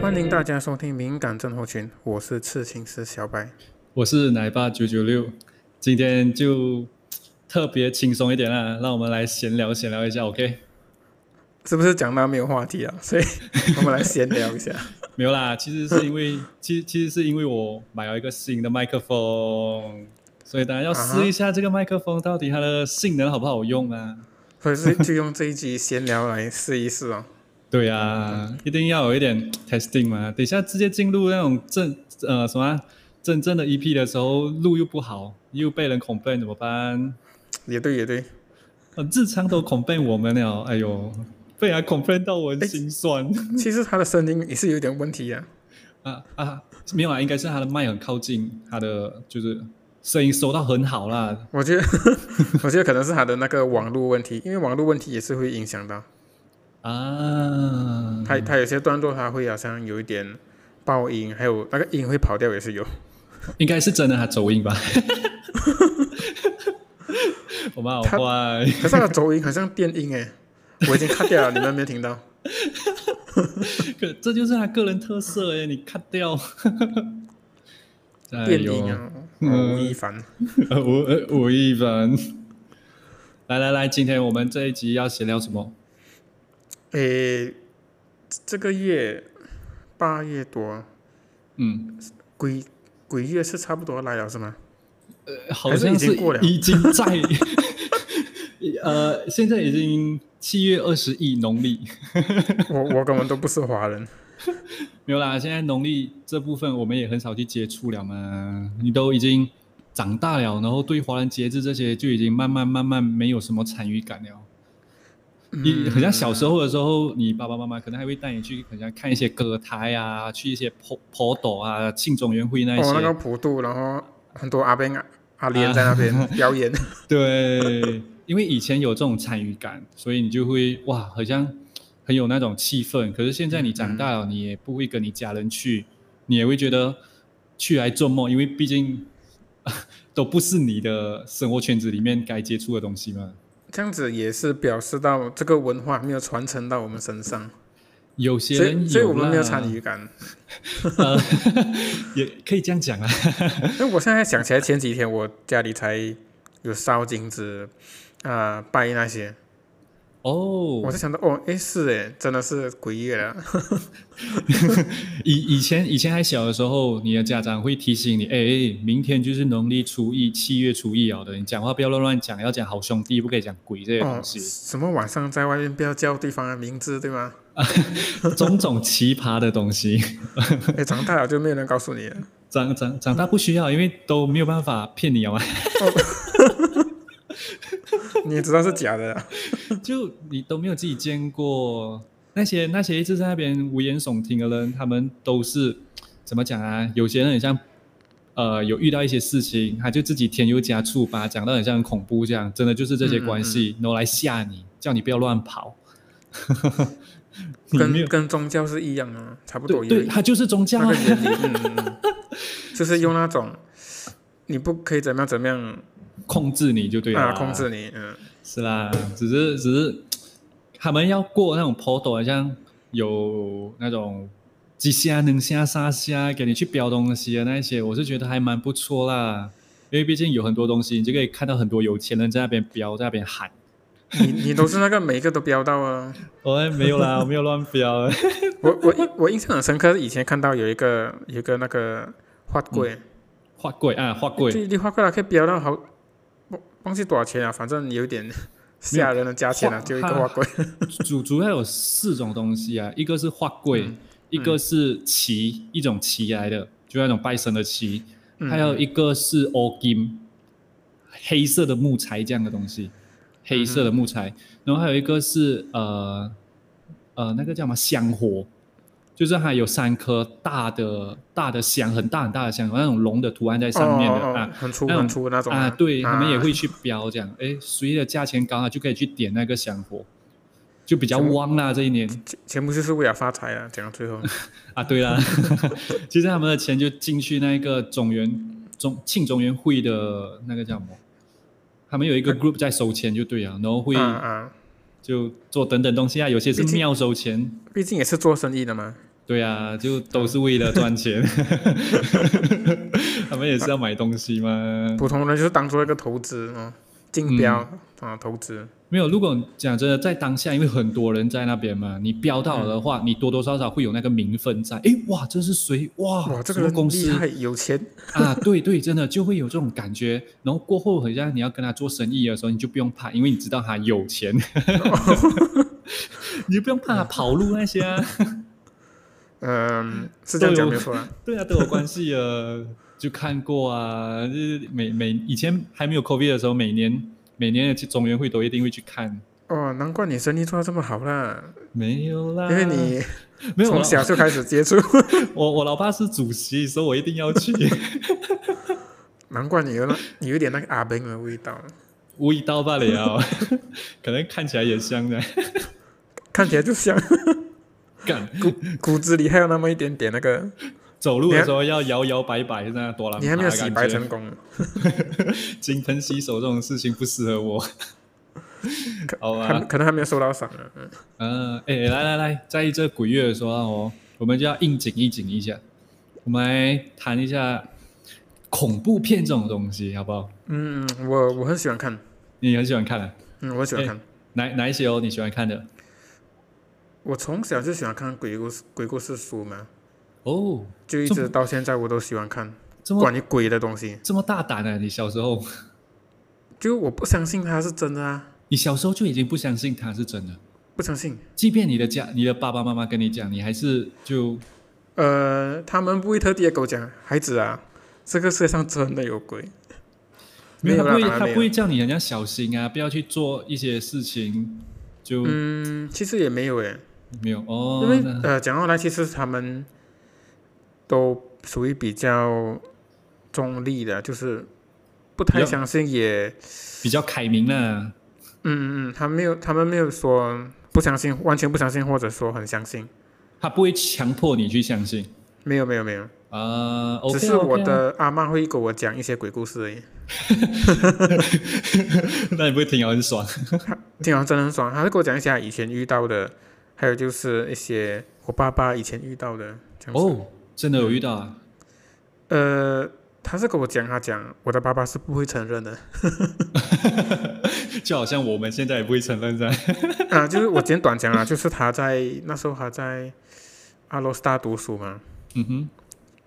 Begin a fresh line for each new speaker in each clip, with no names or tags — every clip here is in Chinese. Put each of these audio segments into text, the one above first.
欢迎大家收听《敏感症候群》，我是刺青师小白。
我是奶爸九九六，今天就特别轻松一点啦，让我们来闲聊闲聊一下，OK？
是不是讲到没有话题啊？所以我们来闲聊一下。
没有啦，其实是因为，其实其实是因为我买了一个新的麦克风，所以当然要
啊哈
试一下这个麦克风到底它的性能好不好用啊。
所以是就用这一集闲聊来试一试哦。
对呀、一定要有一点 testing 嘛。等一下直接进入那种正呃什么啊真正的 EP 的时候，录又不好，又被人 complain 怎么办？
也对，也对。
呃，日常都 complain 我们了，哎呦，被人家 complain 到我很心酸
其实他的声音也是有点问题啊。
啊啊！没有啊，应该是他的麦很靠近，他的就是声音收到很好啦。
我觉得， 我觉得可能是他的那个网络问题，因为网络问题也是会影响到
啊，
他。他有些段落他会好像有一点爆音，还有那个音会跑掉也是有。
应该是真的他走音吧？我们好
他
坏。
可是他的走音好像变音哎，我已经看掉了，你们没有听到？
可这就是他个人特色哎，你看掉。哎
变
呦，
音啊，
嗯
哦吴亦凡。
呃吴呃吴亦凡。来来来，今天我们这一集要闲聊什么？
诶，这个月八月多，
嗯，
鬼鬼月是差不多来了是吗？
呃好
还是
像
已
是
经过了
已经 在，呃，现在已经七月二十一农历，
我我根本都不是华 人，
没有啦。现在农历这部分我们也很少去接触了嘛。你都已经长大了，然后对华人节日这些就已经慢慢慢慢没有什么参与感了。
嗯
你很像小时候的时候，你爸爸妈妈可能还会带你去，很像看一些歌台啊，去一些坡坡斗啊、庆中园会那一些。
哦那个普渡，然后很多阿兵啊阿莲在那
啊
边表演，
对，因为以前有这种参与感，所以你就会哇，好像很有那种气氛。可是现在你长大了，
嗯
你也不会跟你家人去，你也会觉得去来做梦，因为毕竟 都不是你的生活圈子里面该接触的东西嘛。
这样子也是表示到这个文化没有传承到我们身上，
有些
所
人
以所以我们没有
啦
参，与感。
呃， 也可以这 样讲啊。
那我现在想起来，前几天我家里才有烧金纸啊、拜那些，
哦，
我就想到哦，诶，是诶，真的是鬼月了。
以以前以前还小的时候，你的家长会提醒你，哎、哎，明天就是农历初一，七月初一了的，你讲话不要乱乱讲，要讲好兄弟，不可以讲鬼这些
哦
东，西，
什么晚上在外面不要叫对方的名字，对吗？
种种奇葩的东西。
哎，长大了就没有人告诉 你了。
长长长大不需要，因为都没有办法骗你啊嘛，
你也知道是假的啊，
就你都没有自己见过那些那些一直在那边危言耸听的人，他们都是怎么讲啊？有些人很像。呃，有遇到一些事情，他就自己添油加醋，把它讲到很像很恐怖这样，真的就是这些关系，
嗯
然后来吓你，叫你不要乱跑。你没
跟
有
跟宗教是一样啊，差不多
对
也
对，
有
他就是宗教
那
啊
个，原理，嗯嗯，嗯就是用那种你不可以怎么样怎么样
控制你就对了、
啊控制你，嗯，
是啦，只是只是他们要过那种坡斗，好像有那种鸡虾、能虾、沙虾，给你去标东西的那一些，我是觉得还蛮不错啦。因为毕竟有很多东西，你就可以看到很多有钱人在那边标，在那边喊。
你你都是那个每一个都标到啊。
我、哦、没有啦，我没有乱 标。
我我我印象很深刻，是以前看到有一个有一个那个花
嗯
柜，
画柜啊，画
就
柜，
一粒花柜它可以标到好，忘忘记多少钱啊，反正有点吓人的价钱啊，
花
就一个花柜。
主主要有四种东西啊，一个是画柜，
嗯
一个是旗，一种旗来的，就那种拜神的旗，
嗯
还有一个是 all 金，黑色的木材这样的东西，黑色的木材，然后还有一个是呃呃那个叫什么香火，就是它有三颗大的大的香，很大很大的香，有那种龙的图案在上面的、
哦哦哦
啊。
很粗
那种
很粗的那种
啊，对他们也会去标这样，诶，谁的价钱高，他就可以去点那个香火，就比较旺啦这一年。
全全部就是为了发财啊，讲到最后，
啊，对啦， 其实他们的钱就进去那个中原中庆中原会的那个叫什么？他们有一个 group 在收钱就对啊，然后会
啊啊，
就做等等东西啊，有些是
毕竟
庙收钱，
毕竟也是做生意的嘛，
对啊，就都是为了赚钱， 他们也是要买东西嘛。
普通人就是当做一个投资啊，竞标、
嗯
啊，投资。
没有，如果讲真的，在当下，因为很多人在那边嘛，你标到了的话，
嗯
你多多少少会有那个名分在。诶，哇，这是谁？哇，
哇，这
什
个
么
人
公
厉
司
害，有钱。
啊， 对对，真的就会有这种感觉。然后过后，好像你要跟他做生意的时候，你就不用怕，因为你知道他有钱， 你就不用怕他跑路那些啊。
嗯，是这样讲
都有
没有错啦。
对啊，都有关系啊，就看过啊，就是每每以前还没有 COVID 的时候，每年每年的总员会都一定会去看。
哦，难怪你生意做的这么好啦，
没有啦，
因为你
啊没有
从
我
小就开始接触，
我我老爸是主席，所以我一定要去。
难怪你有那你有点那个阿兵的味道，
味道罢了， 可能看起来也香的。
看起来就 像
干，
骨子里还有那么一点点那个，
走路的时候要摇摇摆摆，是那多啦。
你还没有洗白
感觉
成功。
金盆洗手这种事情不适合我。好
还
啊，
可能还没有收到赏呢。嗯
嗯，哎、来来来，在这鬼月的时候啊哦，我们就要应景应景一下，我们来谈一下恐怖片这种东西，好不好？
嗯，嗯我我很喜欢看，
你很喜欢看啊？
嗯，我很喜欢看。
哪哪一些哦？你喜欢看的？
我从小就喜欢看鬼故事、鬼故事书嘛，
哦，
就一
这
直到现在我都喜欢看
这么
关于鬼的东西。
这么大胆啊！你小时候，
就我不相信它是真的啊，
你小时候就已经不相信它是真的，
不相信。
即便你的家、你的爸爸妈妈跟你讲，你还是就
呃，他们不会特地的跟我讲，孩子啊，这个世界上真的有鬼。
没有，
没有啦
他不会，
当然
他
没有
不会叫你人家小心啊，不要去做一些事情，就
嗯，其实也没有诶，
没有、
因
哦。
为
那
呃，讲到来，其实他们都属于比较中立的，就是不
比
太
较
相信也。
比较开明啦。
嗯嗯，嗯，他没有，他们没有说不相信，完全不相信，或者说很相信，
他不会强迫你去相信
没有没有没有，
啊。
只
OK，
是我
OK 啊，
的阿妈会给我讲一些鬼故事而已，
那你不会听了很爽？
听完真的很爽。她会给我讲一下以前遇到的，还有就是一些我爸爸以前遇到的这样子。
哦，真的有遇到啊？
呃，他是跟我讲，他讲我的爸爸是不会承认的 嗯
就好像我们现在也不会承认噻。
啊，就是我简短讲啊，就是他在那时候他在阿罗斯大读书嘛，
嗯哼，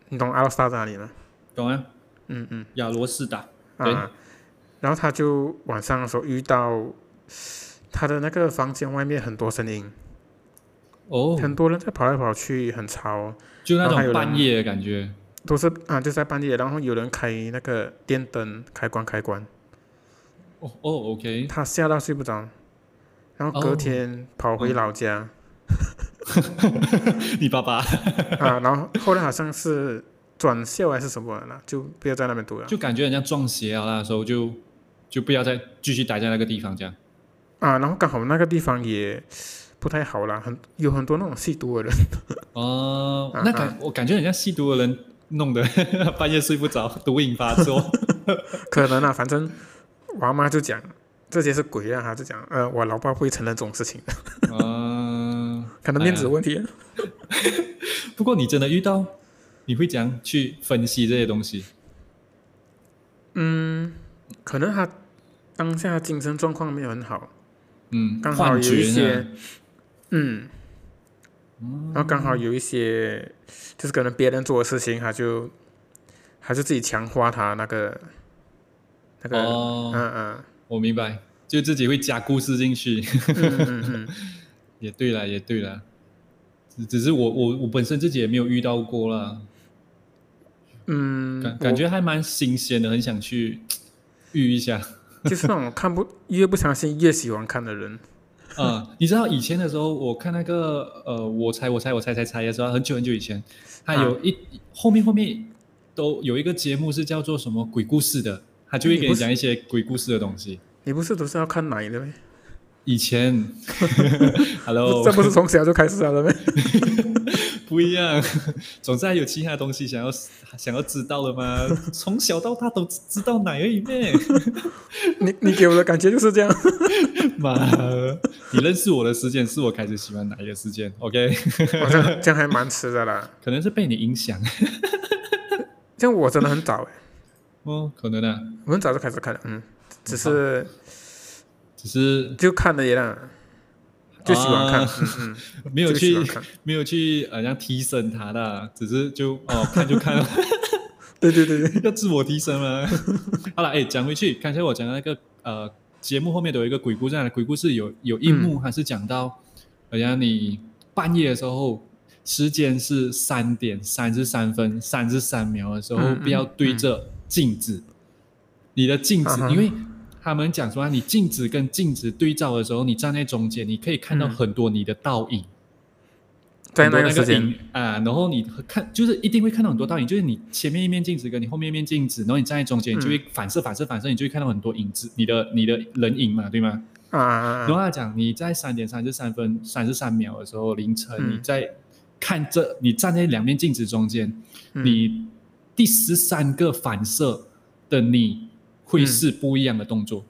你懂阿罗斯大在哪里吗？
懂啊？
嗯嗯。
亚罗士打，对
啊，然后他就晚上的时候遇到他的那个房间外面很多声音，
哦，
很多人在跑来跑去，很吵，
就那
然后还有
种
人
半夜的感觉。
都是啊就在半夜，然后有人开那个电灯开关开关，
哦哦，OK，
他吓到睡不着，然后
哦
隔天跑回老家、
你爸爸
啊，然后后来好像是转校还是什么了，就不要在那边读了
就感觉人家撞邪啊，那时候就就不要再继续待在那个地方这样。
啊，然后刚好那个地方也不太好啦，很有很多那种吸毒的人。
哦，
啊
那感我感觉人家吸毒的 人弄得半夜睡不着，毒瘾发 作。
可能啊，反正我阿妈就讲这些是鬼啊，她就讲，呃，我老爸不会承认这种事情，
嗯，
可能面子有问题啊。
不过你真的遇到，你会怎样去分析这些东西？
嗯，可能他当下精神状况没有很好，
嗯，
刚好有
幻觉
一
呢
些？，嗯，然后刚好有一些就是可能别人做的事情，他就他就自己强化他那个那个，嗯
哦，
嗯
我明白，就自己会加故事进去。
嗯嗯嗯，
也对啦，也对啦，只只是我我我本身自己也没有遇到过啦，
嗯，
感
嗯
感觉还蛮新鲜的，很想去遇一下。
我就是那种看不越不相信越喜欢看的人，
啊、 你知道以前的时候，我看那个呃，我猜我猜我猜猜猜的时候，很久很久以前，它
啊
有一、后面后面都有一个节目是叫做什么鬼故事的，他就会
嗯你
给
不是
你讲一些鬼故事的东西。
你不是都是要看奶的吗？
以前
这
，Hello，
这不是从小就开始了的吗？
不一样。总之还有其他东西想要想要知道的吗？从小到大都只知道奶而已咩？
你你给我的感觉就是这样。
妈，你认识我的时间是我开始喜欢奶的时间。OK，
好像这样还蛮迟的啦。
可能是被你影响。
这样我真的很早哎、
哦，可能啊，
我很早就开始看了，嗯，只是
只是
就看了一样，就喜欢看，
啊
嗯
没有
就喜
去
欢看
没有去好像提升它的，只是就哦看就看了，
嗯，对对对对，
要自我提升 嘛。好了，哎，讲回去，刚才我讲的那个呃节目后面都有一个鬼故事啊，鬼故事有有一
嗯
幕还是讲到，好像你半夜的时候。时间是三点三十三分三十三秒的时候，
嗯嗯
不要对着镜子。你的镜子
啊，哈
因为他们讲说啊，你镜子跟镜子对照的时候，你站在中间，你可以看到
嗯
很多你的倒影。
在
很多
那
那
个时间，
影啊、然后你看就是一定会看到很多倒影，就是你前面一面镜子跟你后面一面镜子，然后你站在中间，你就会
嗯
反射、反射、反射，你就会看到很多影子，你的你的人影嘛，对吗？
啊啊
然后
啊，
他讲你在三点三十三分三十三秒的时候凌晨，
嗯
你在看这你站在两面镜子中间，
嗯
你第十三个反射的你会是不一样的动
嗯
作，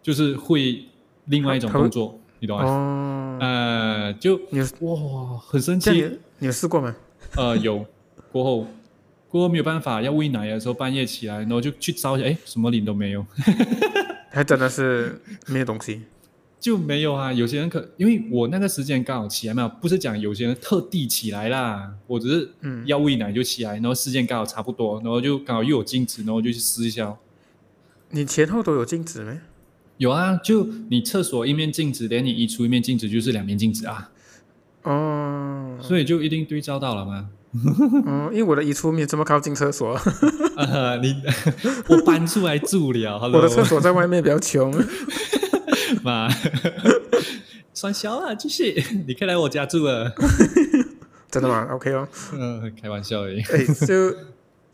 就是会另外一种
他会
动作，你懂吗？
哦，
呃，就
你有
哇，很神
这
奇
样。你你有试过吗？
呃，有过后，过后没有办法，要喂奶的时候半夜起来，然后就去找一下，哎，什么铃都没有，
还真的是没有东西，
就没有啊。有些人可因为我那个时间刚好起来嘛，不是讲有些人特地起来啦，我只是
嗯
要喂奶就起来，然后时间刚好差不多，然后就刚好又有镜子，然后就去试一下哦。
你前后都有镜子没？
有啊，就你厕所一面镜子，连你衣橱一面镜子，就是两面镜子啊，
哦
所以就一定对照到了嘛。
哦，因为我的衣橱没有这么靠近厕所，
呃，你 我搬出来住了，
我
hello
的厕所在外面比较穷，
嘛，算小啊，就是 你可以来我家住了。
真的吗？OK 哦，
嗯，开玩笑而已。
哎，就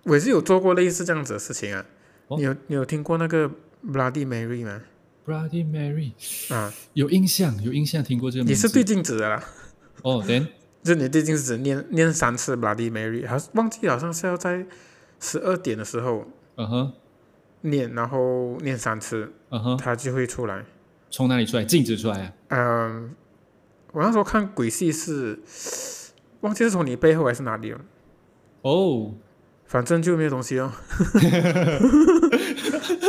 我也是有做过类似这样子的事情啊。
哦
你有你有听过那个 Bloody Mary 吗？
Bloody Mary，
啊，
有印象，有印象，听过这个名
你
字。
是对镜子的啦，
哦，等
就你对镜子念念三次 Bloody Mary，好像忘记好像是要在十二点的时候
嗯哼，
念，然后念三次，
嗯哼，
它就会出来。
从哪里出来？镜子出来啊？
嗯，我那时候看鬼戏是忘记是从你背后还是哪里了，
哦，
反正就没有东西 哦。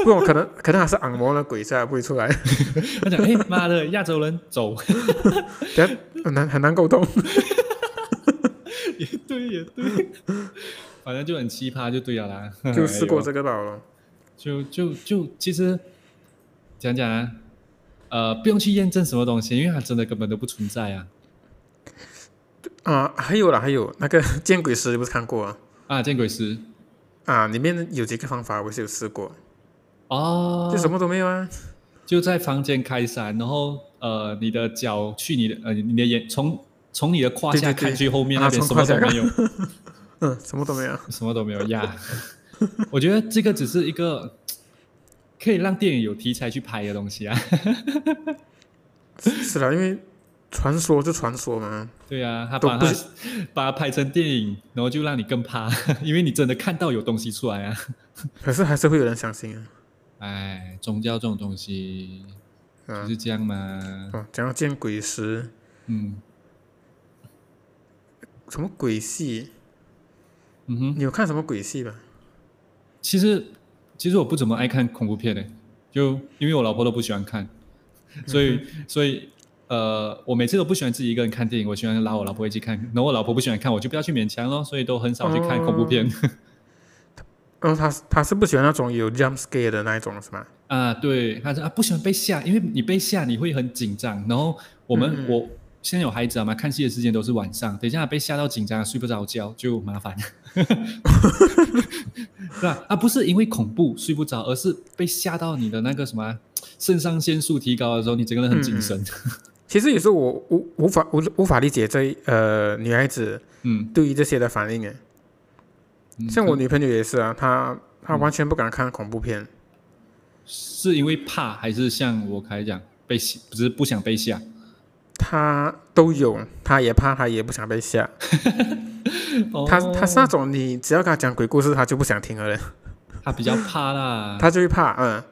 不，我可能可能还是按摩的鬼才不会出来，
他讲，哎 妈的，亚洲人走。
很难很难沟通。
也对，也对，反正就很奇葩，就对了啦。
就试过
哎呦
这个吧，咯。
就就就其实讲讲啊，呃，不用去验证什么东西，因为它真的根本都不存在啊。
啊、还有啦，还有那个 《见鬼师》你不是看过啊？
啊，见鬼师
啊，里面有几个方法我是有试过，
哦，
就什么都没有啊。
就在房间开伞，然后呃，你的脚去你的呃，你的眼从从你的胯
对
下
对对
看去后面
啊
那边
从
什么
胯
都
下看
没 有，
嗯，什么都没有。
什么都没有呀。我觉得这个只是一个呃可以让电影有题材去拍的东西啊。
是啦，因为传说就传说嘛。
对啊，他
都
把
不
它
是
把它拍成电影，然后就让你更怕， 因为你真的看到有东西出来啊。
可是还是会有人相信啊。
哎，宗教这种东西
嗯
就是这样嘛。
哦，讲到见鬼时，
嗯
什么鬼戏？
嗯哼，
你有看什么鬼戏吧？
其实其实我不怎么爱看恐怖片的，就因为我老婆都不喜欢看，所以、所以呃，我每次都不喜欢自己一个人看电影，我喜欢拉我老婆一起看，然后我老婆不喜欢看，我就不要去勉强咯，所以都很少去看恐怖片。
然哦后他他是不喜欢那种有 jump scare 的那一种是吗？
啊，对，他说啊不喜欢被吓，因为你被吓你会很紧张。然后我们、
嗯嗯
我现在有孩子啊嘛，看戏的时间都是晚上，等一下被吓到紧张睡不着觉就麻烦。对吧？啊， 不是因为恐怖睡不着，而是被吓到你的那个什么啊肾上腺素提高的时候，你整个人很谨慎。
其实也是我无无法无无法理解这一呃女孩子
嗯，
对于这些的反应诶。
嗯
像我女朋友也是啊，她她完全不敢看恐怖片，
是因为怕，还是像我开讲被吓，不是不想被吓？
他都有，他也怕，他也不想被吓。嗯
哦
他他是那种你只要跟他讲鬼故事，他就不想听的人，
啊他比较怕啦。
他就会怕，嗯。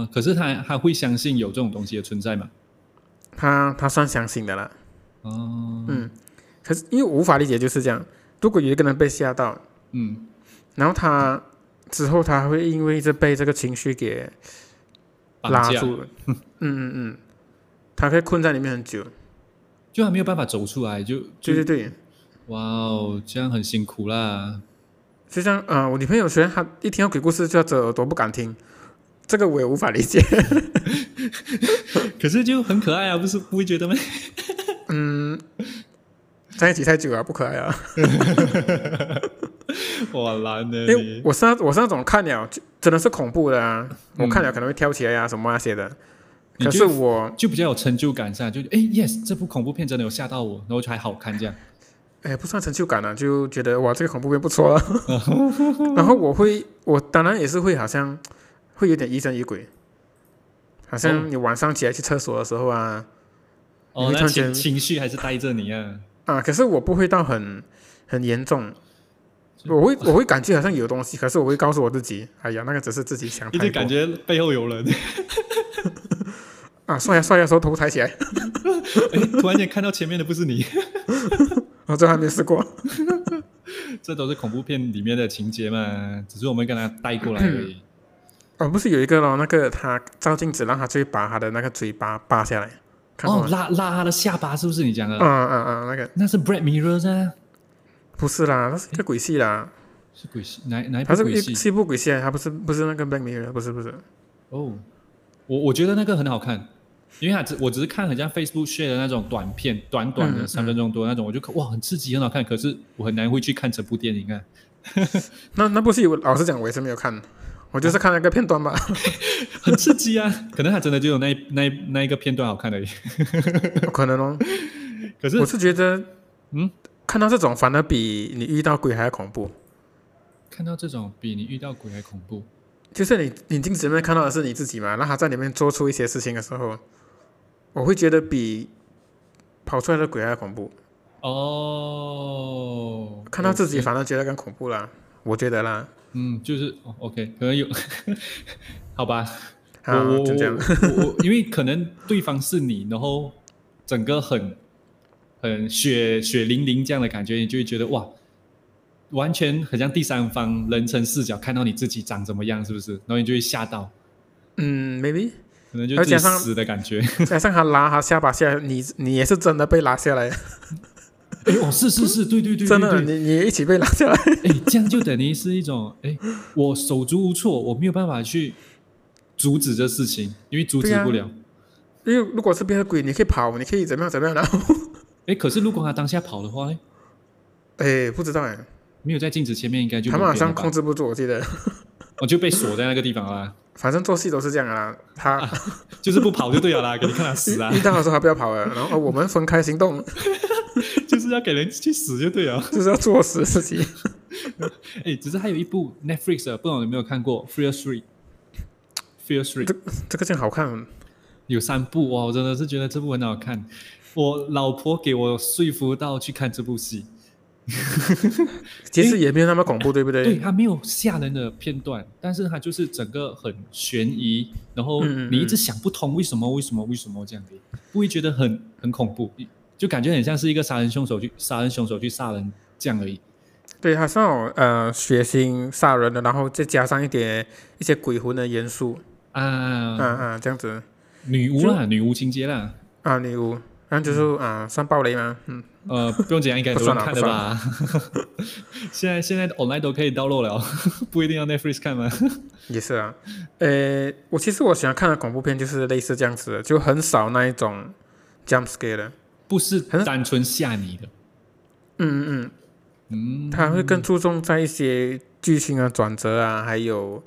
啊、可是他他会相信有这种东西的存在嘛？
他他算相信的啦。
哦、
嗯可是因为我无法理解就是这样，如果有一个人被吓到，
嗯，
然后他之后他会因为这被这个情绪给
绑
拉
架
住了，嗯嗯嗯，他会困在里面很久。
就他没有办法走出来，就就
对对对，
哇哦，这样很辛苦啦。
就像呃，我女朋友虽然她一听到鬼故事就要遮耳朵不敢听，这个我也无法理解。
可是就很可爱啊，不是不会觉 得吗？
嗯，在一起太久了，不可爱啊。
哇，难的
因为哎我是那我是那种看了就真的是恐怖的啊，我看了可能会跳起来啊什么那些的。
嗯你
可
就是
我，
就比较有成就感噻，就哎，yes，这部恐怖片真的有吓到我，然后就还好看这样。
哎，不算成就感了、就觉得哇，这个恐怖片不错 啊。然后我会，我当然也是会，好像会有点疑神疑鬼，好
哦
像你晚上起来去厕所的时候啊你
哦，
会
那
突然
情
间
情绪还是带着你啊。
啊，可是我不会到很很严重。我会我会感觉好像有东西，可是我会告诉我自己，哎呀，那个只是自己想
一
太
直
多。
感觉背后有 人，
啊，刷牙刷牙的时候头抬起来，
哎，突然间看到前面的不是你，
我这还没试过。
这都是恐怖片里面的情节嘛，只是我们跟他带过来而已。
哦，不是有一个咯，那个他照镜子，让他去把他的那个嘴巴扒下来，看过
哦，
吗？
拉拉他的下巴是不是你讲的？
啊啊啊，那个
那是 Brad Mirror 啊，
哎不是啦，那是一个鬼戏啦，
是鬼戏哪哪一
他
部
是
鬼
一
戏？
是一部鬼戏来，啊他不是不是那个 Black Mirror，不是不是，
哦，我我觉得那个很好看，因为它只我只是看很像 Facebook share 的那种短片，短短的
嗯
三分钟多那种，我就看哇很刺激，很好看。可是我很难会去看整部电影啊。
那那部戏我老实讲我也是没有看，我就是看那个片 段吧。
很刺激啊！可能他真的就有那一那一那一个片段好看而已。
有可能哦。
可是
我是觉得，
嗯，
看到这种反而比你遇到鬼还要恐怖。
看到这种比你遇到鬼还恐怖，
就是你你镜子里面看到的是你自己嘛，然后他在里面做出一些事情的时候，我会觉得比跑出来的鬼还要恐怖。
哦，
看到自己
我
反而觉得更恐怖啦，我觉得啦。
嗯，就是、哦、OK，可能有， 好吧，我
啊，
我
就这样。
我我我，因为可能对方是你，然后整个很很血血淋淋这样的感觉，你就会觉得哇，完全很像第三方人称视角看到你自己长怎么样，是不是？然后你就会吓到，
嗯，maybe
可能就
而
自己
且上
死的感觉。
加上他拉他下巴下来，你你也是真的被拉下来，
哎，哦，是是是，对对对，
真
对
的，
对
你你也一起被拉下来。
哎，这样就等于是一种，哎，我手足无措，我没有办法去阻止这事情，因为阻止
对啊
不了。
因为如果是别的鬼，你可以跑，你可以怎么样怎么样， 然后
哎、可是如果他当下跑的话呢？
哎，不知道哎，
没有在镜子前面，应该就
他们好像控
我、
制不住，我记得，
哦、就被锁在那个地方啦，
反正做戏都是这样的啦。他
就是不跑就对了啦，给你看他死啊
遇，到的时候他不要跑了，然后哦我们分开行动，
就是要给人去死就对了。
就是要作死自 己。
哎、只是还有一部 Netflix 的，不知道你有没有看过《Fear Three》，《Fear Three》
这个真好看，
有三部哇，我真的是觉得这部很好看，我老婆给我说服到去看这部戏。
其实也没有那么恐怖，对不
对，
对？
它没有吓人的片段，但是它就是整个很悬疑，然后
嗯嗯嗯
你一直想不通为什么为什么为什么这样子，不会觉得很很恐怖，就感觉很像是一个杀人凶手去杀人凶手去杀人这样而已。
对，它是那种呃血腥杀人的，然后再加上一点一些鬼魂的元素，
啊，
嗯嗯，这样子
女巫啦，女巫情节啦，
啊，女巫，然后就是啊算暴雷吗？嗯，
呃，不用讲，应该都
不
能
算啦
看的吧？ 现在现在 online 都可以 download 了， 不一定要 Netflix 看吗？
也是啊，呃，我其实我喜欢看的恐怖片就是类似这样子的，就很少那一种 jump scare 的，
不是
可是
单纯吓你的，
嗯嗯
嗯
嗯，，它会更注重在一些剧情的转折啊，还有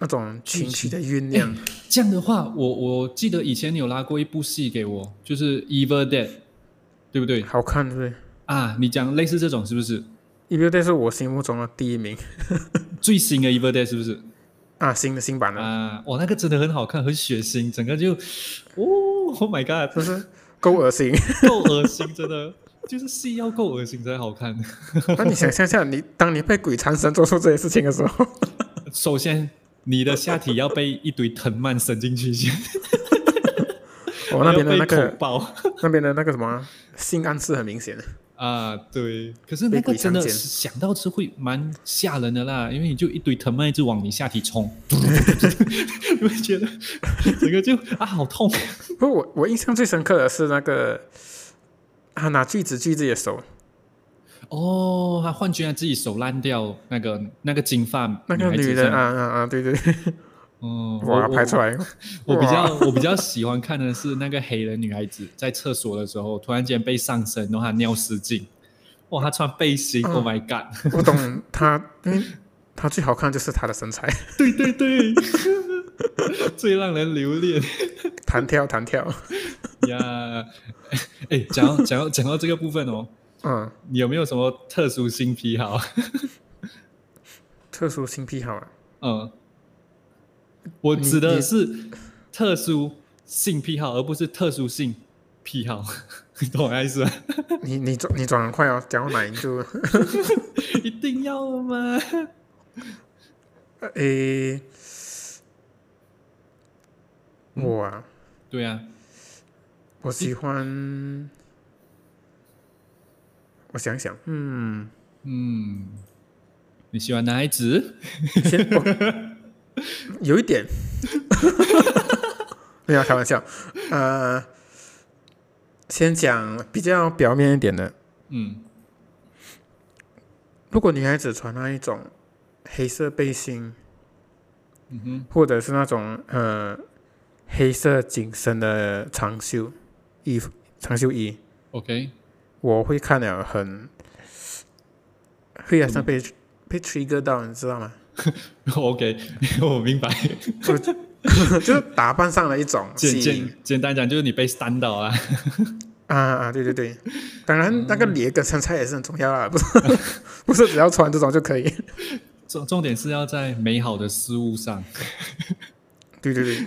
那种情绪的酝酿。
这样的话，我我记得以前你有拉过一部戏给我，就是《Evil Dead》，对不对
好看，对不对？
啊？你讲类似这种是不是
一六代是我心目中的第一名
最新的《Evil Dead》？是不是
啊，新的新版的，
啊？哇，那个真的很好看，很血腥，整个就哦， Oh my god，
是不是够恶心？
够恶心，真的，就是戏要够恶心才好看。
那你想象一下，你当你被鬼缠身做出这些事情的时候，
首先，你的下体要被一堆藤蔓伸进去 先，
我、哦那边的那
要被
个
捅爆。
那边的那个什么啊性暗示很明显的，
啊，对，可是
被
那个
鬼
真的
强奸
是想到是会蛮吓人的啦，因为你就一堆藤蔓一直往你下 体冲，你会觉得整个就啊好痛，
不，我我印象最深刻的是那个，他拿锯子锯自己的手，
哦，他幻觉他自己手烂掉，那个那个金发
那个
孩子
女
这
的
样
啊，啊啊，对对，对
嗯，我
哇，
我
拍出来，
我比较
哇
我比较喜欢看的是那个黑人女孩子在厕所的时候突然间被上身，然后她尿失禁，哇，她穿背心、o h my god，
我懂她，因为她最好看就是她的身材，
对对对， 最让人留恋。
弹跳弹跳，
呀，哎，讲到讲到讲到这个部分哦，
嗯，
你有没有什么特殊性癖好？
特殊性癖好啊，
嗯，我指
你
的
你
是特殊性癖好，而不是特殊性癖好， 你懂我的意思吗？
你你转你转很快哦，讲到哪一就，
一定要的吗？
诶，我啊，
对啊，
我喜欢，我想想，嗯，
嗯，你喜欢男孩子？
先 我有一点， 没有开玩笑，呃，先讲比较表面一点的，
嗯，
如果女孩子穿那一种黑色背心，
嗯哼，
或者是那种呃黑色紧身的长袖衣服、长袖衣，
，OK，
我会看了很会好像被被 trigger 到，你知道吗？
OK，我 明 白。
就是打扮上的一种
简
吸引
简简单讲，就是你被扇到啊。
啊啊，对对对，当然那个脸跟身材也是很重要啦， 不是不是只要穿这种就可以。
重重点是要在美好的事物上。
对对对，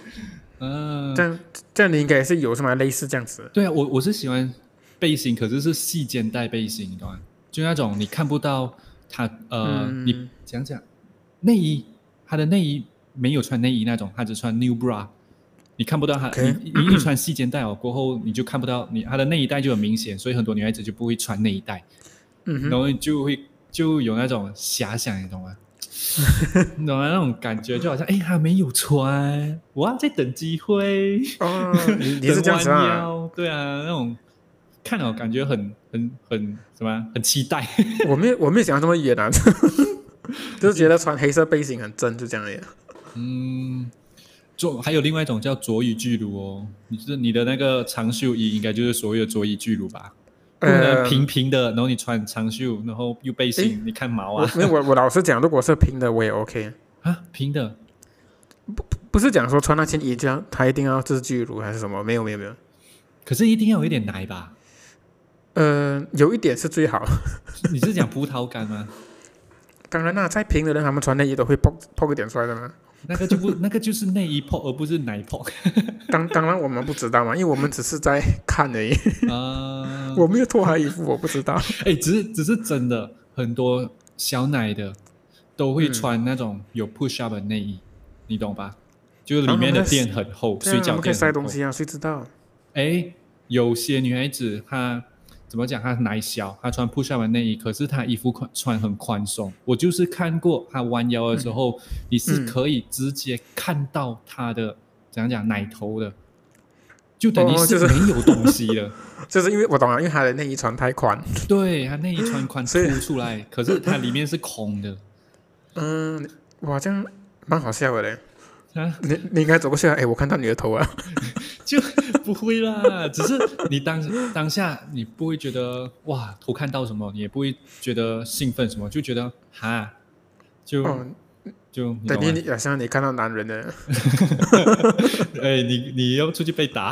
嗯、
这样这样你应该也是有什么类似这样子
对啊，我我是喜欢背心，可是是细肩带背心，你懂吗？就那种你看不到它，呃，
嗯
你讲讲内衣，它的内衣没有穿内衣那种，它只穿 new bra，你看不到它
OK
你你一穿细肩带哦，过后你就看不到你它的内衣带就很明显，所以很多女孩子就不会穿内衣带，
嗯哼
然后就会就有那种遐想，你懂吗？ 你懂吗？那种感觉就好像哎，还没有穿，我要在等机会。
哦， 你你是
嗯很
这样子
弯
啊？
腰对啊，那种看了感觉很很很什么啊，很期待。
我没有我没有想到这么远啊， 就是觉得穿黑色背心很正，就这样而已。啊
嗯，左还有另外一种叫佐伊巨乳哦，你就是你的那个长袖衣应该就是所谓的佐伊巨乳吧？不能
呃，
平平的，然后你穿长袖，然后又
诶
背心，你看毛
我
啊
没有我我老实讲，如果是平的我也 OK，
啊平的
不是讲说穿那件衣这样，它一定要是巨乳还是什么？没有没有没有，
可是一定要有一点奶吧？
呃，有一点是最好。
你是讲葡萄干吗？
当然啦、再平的人他们穿内衣都会破破个点出来的嘛。
那个就不，那个就是内衣泡，而不是奶泡
当 当然我们不知道嘛，因为我们只是在看而已，
啊。
我没有脱他衣服，我不知道。
哎、只是只是真的，很多小奶的都
嗯
会穿那种有 push up 的内衣，你懂吧？就是里面的垫很厚，
这
水
样我
饺
们可以
垫
塞
很
东
厚。
西啊，谁知道？
哎、有些女孩子她怎么讲？她奶小，她穿 push up 的内衣，可是她衣服宽穿很宽松。我就是看过她弯腰的时候，你是
嗯
可以直接看到她的怎样讲奶头的，就等于
哦就是是
没有东西了。
就是因为我懂啊了，因为他的内衣穿太宽。
对，它内衣穿宽凸
所以
出来，可是它里面是空 的。
嗯，哇，这样蛮好笑的嘞。
啊，
你你应该走过去啊，哎，我看到你的头啊。
就不会啦，只是你当当下你不会觉得哇偷看到什么，你也不会觉得兴奋什么，就觉得哈，就、
哦，
就嗯你
等
懂啊
于
吗？
你好像你看到男人的，
哎，你你要出去被打，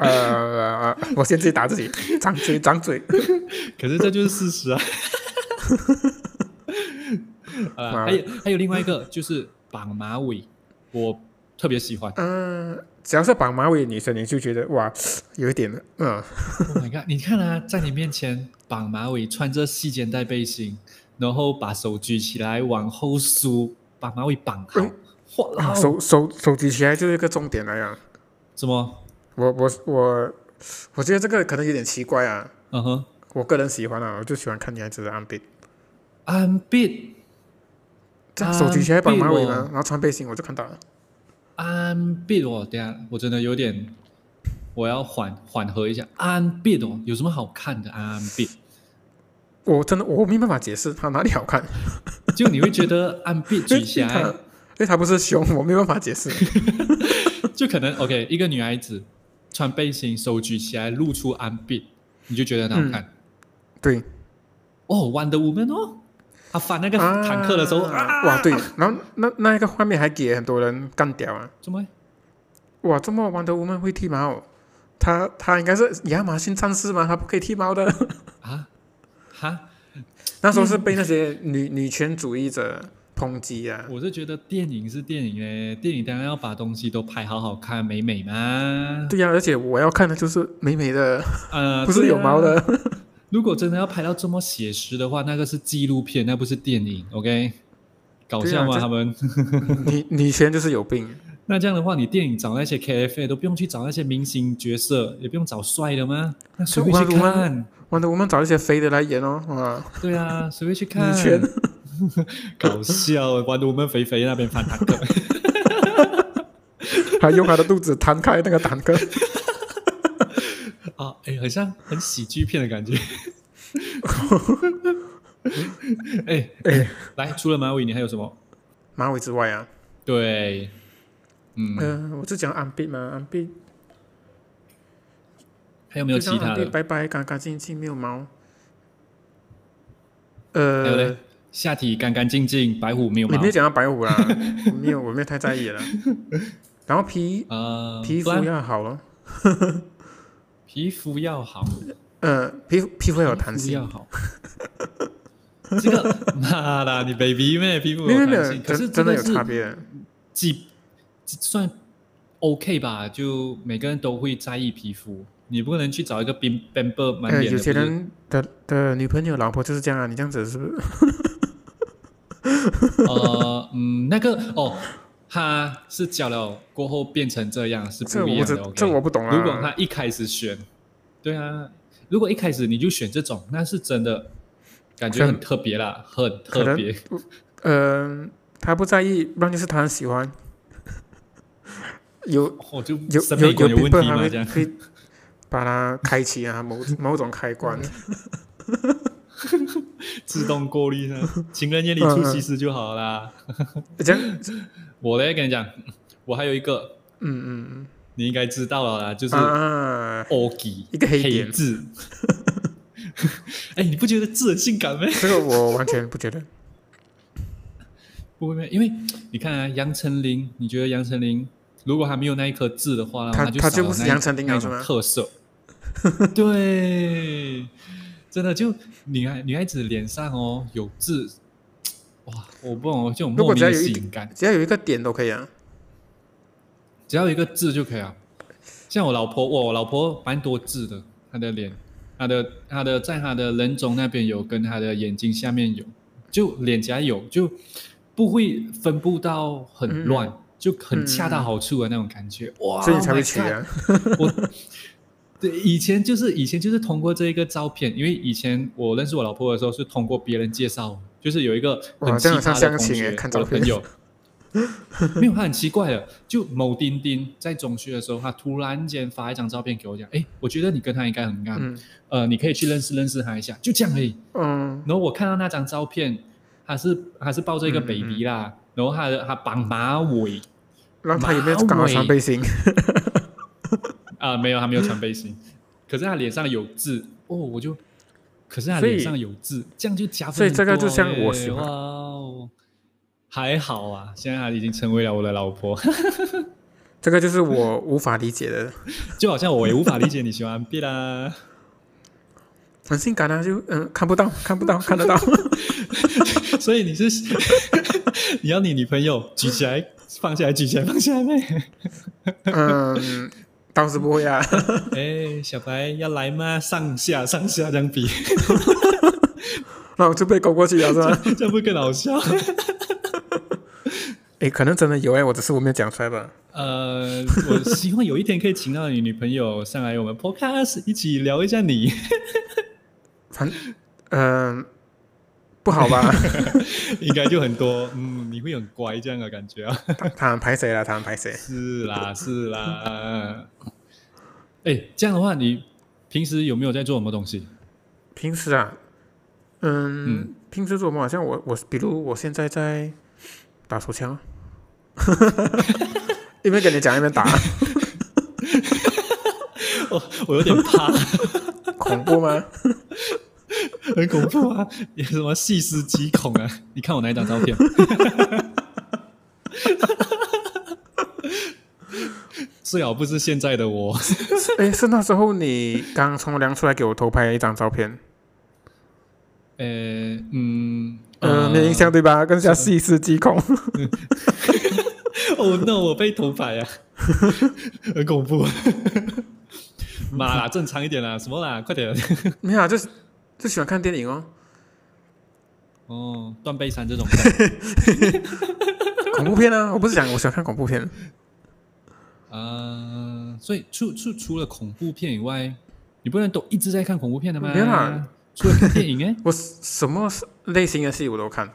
呃 呃，呃我先自己打自己，张嘴张嘴。
可是这就是事 实啊。啊，还有还有另外一个就是绑马尾，我特别喜欢。
嗯、只要是绑马尾的女生，你就觉得哇，有一点，嗯，
Oh my god！你看啊，在你面前绑马尾，穿着细肩带背心，然后把手举起来往后梳，把马尾绑好
嗯。
哇，
手手手举起来啊就是一个重点了呀。
什么？
我我我，我觉得这个可能有点奇怪啊。
嗯哼
我个人喜欢啊，我就喜欢看女孩子的安倍，
，I'm bit
这样手举起来绑马尾呢
安，
然后穿背心，我就看到了。
I'm bit 哦，等一下我真的有点，我要缓缓和一下。I'm bit 哦，有什么好看的？I'm bit，
我真的我没办法解释它哪里好看，
就你会觉得 I'm bit
因为
举起
它
来
因，为它不是胸，我没办法解释。
就可能 OK，一个女孩子穿背心，手举起来露出 I'm bit，你就觉得很好
嗯
看。
对
哦，Wonder Woman 哦，他翻那个坦克的时候啊，
哇对，然后那那一个画面还给很多人干掉啊！
怎么会？
哇，这么 Wonder Woman 会剃毛？他他应该是亚马逊战士嘛，他不可以剃毛的。
啊哈？
那时候是被那些女女权主义者抨击啊。
我是觉得电影是电影嘞，电影当然要把东西都拍好好看、美美嘛。
对呀、啊而且我要看的就是美美的，
呃，
不是
对
有
啊
毛的。
如果真的要拍到这么写实的话，那个是纪录片，那不是电影。OK，搞笑
对啊
吗？
这
他们？
女女权就是有病。
那这样的话，你电影找那些 KFA 都不用去找那些明星角色，也不用找帅的吗？那谁会
就
去
Wonder
看？
Wonder Woman 找一些肥的来演哦，哇，
对啊，谁会去看？
圈
搞笑，玩的我们肥肥那边反坦克。
还用她的肚子摊开那个坦 克，
啊，哎，很像很喜剧片的感觉。 哎
哎
来，除了马尾，你还有什么？
马尾之外啊，
对，嗯，
嗯、我就讲安倍嘛，安倍
还有没
就
有
像
其他
安倍
的？
白白干干净净没有毛，
还有嘞
呃，，
下体干干净净，白虎没有
你
毛
没有讲到白 虎啦，我没有，我没有太在意了。然后皮
啊，
皮肤
不然
要好咯，
皮肤要好，
呃，皮肤皮肤要有弹
皮肤
性，
要好。这个妈的，你 baby 妹皮肤
没有
有
没
弹
有，
性，可是
真真的有
是
差别的。
几几算 OK 吧？就每个人都会在意皮肤，你不能去找一个冰 bamber 满
呃，
脸的。
有些
不是
人的的女朋友、老婆就是这样啊，你这样子是不是？
呃，嗯，那个哦，他是教了过后变成这样是
这
不一
我
样
这
的。OK，
这我不懂啊。
如果他一开始选，对啊，如果一开始你就选这种，那是真的感觉很特别啦，很
可
特
能
别。
嗯，他不在意，不然就是他很喜欢。有
我、就
有
审
有
美
有
观有问
people
题
他
嘛？
会
这样
会把它开启啊，某某种开关。
嗯自动过滤呢？情人眼里出西施就好啦。
这样，
我嘞跟你讲，我还有一个
嗯嗯
你应该知道了啦，就
嗯
是
啊，
OG
一个黑点
字。哎、你不觉得字很性感吗？
这个我完全不觉得。
不会不会，因为你看啊，杨丞琳，你觉得杨丞琳如果还没有那一颗痣的话，
她
就
她
他
就不是杨丞琳了啊
那
是
种
吗
特色。对，真的就女孩女孩子脸上哦有痣，哇，我不懂，就有
如
莫
果
名
只要
的
有
吸
一
引感，
只要有一个点都可以啊。
只要有一个痣就可以啊。像我老婆，哇我老婆蛮多痣的，她的脸，她的她的在她的人中那边有，跟她的眼睛下面有，就脸颊有，就不会分布到很乱，就很恰到好处的那种感觉。哇，
嗯所以你才
oh
会
my
娶啊。
God！我对以前就是以前就是通过这一个照片，因为以前我认识我老婆的时候是通过别人介绍，就是有一个很
哇
奇
这样
葩
像相
的同
亲
学，
耶看
我的
照片
朋友。没有，他很奇怪的，就某丁丁在中学的时候，他突然间发一张照片给我，讲，哎，我觉得你跟他应该很干，
嗯
呃，你可以去认识认识他一下，就这样而已。
嗯，
然后我看到那张照片，他是他是抱着一个
嗯嗯
baby 啦，然后他的他绑马尾，
让他有没有刚好穿背心？
啊、没有，他没有穿背心，可是他脸上有痣哦，我就，可是他
所以
脸上有痣，这样就加分
所以
很
这个
多
就像
欸
我喜欢
哇哦，还好啊，现在他已经成为了我的老婆，
这个就是我无法理解的，
就好像我也无法理解你喜欢 B 啦，
很性感啊，就嗯看不到，看不到， 看得到。
所以你是你要你女朋友举起来放下来举起来，放下来呗。
嗯，倒是不会啊。
哎，小白要来吗？上下上下这样比，
那我就被勾过去了，是吧？
这样会更好笑。
哎，可能真的有哎，我只是我没有讲出来吧。
呃，我希望有一天可以请到你女朋友上来我们 podcast 一起聊一下你。
反，嗯、不好吧？
应该就很多，嗯，你会很乖这样的感觉啊。
他他很排谁了？他很排谁？
是啦，是啦。哎，这样的话，你平时有没有在做什么东西？
平时啊，嗯，平时做梦好像我我比如我现在在打手 枪啊，一边跟你讲一边打，
我哦我有点怕，
恐怖吗？
很恐怖啊！有什么细思极恐啊？你看我哪一张照 片？最好不是现在的我。
哎，是那时候你刚从凉出来给我偷拍一张照片，
呃，嗯，
嗯、没印象对吧？更加细思极 恐。
哦、no！我被头牌 啊，很恐怖。 妈啦，正常一点啦，什么啦，快点！
没有啊，就是就喜欢看电影哦，
哦，断背山这种，
恐怖片啊！我不是讲我喜欢看恐怖片，
呃，所以除除除了恐怖片以外，你不能都一直在看恐怖片的吗？
没有啦
除了看电影 哎
我什么类型的戏我都看。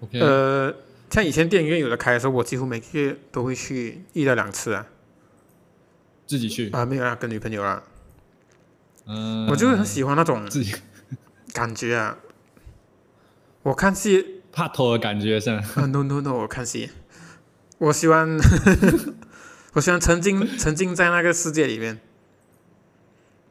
，OK，
呃，像以前电影院有的开的时候，我几乎每个月都会去一到两次啊。
自己去，
啊，没有啊，跟女朋友啊，
嗯、
我就是很喜欢那种
自己
感觉啊。我看戏
怕头的感觉是吧？
啊，no no no，我看戏，我喜欢， 我喜欢沉浸沉浸在那个世界里面。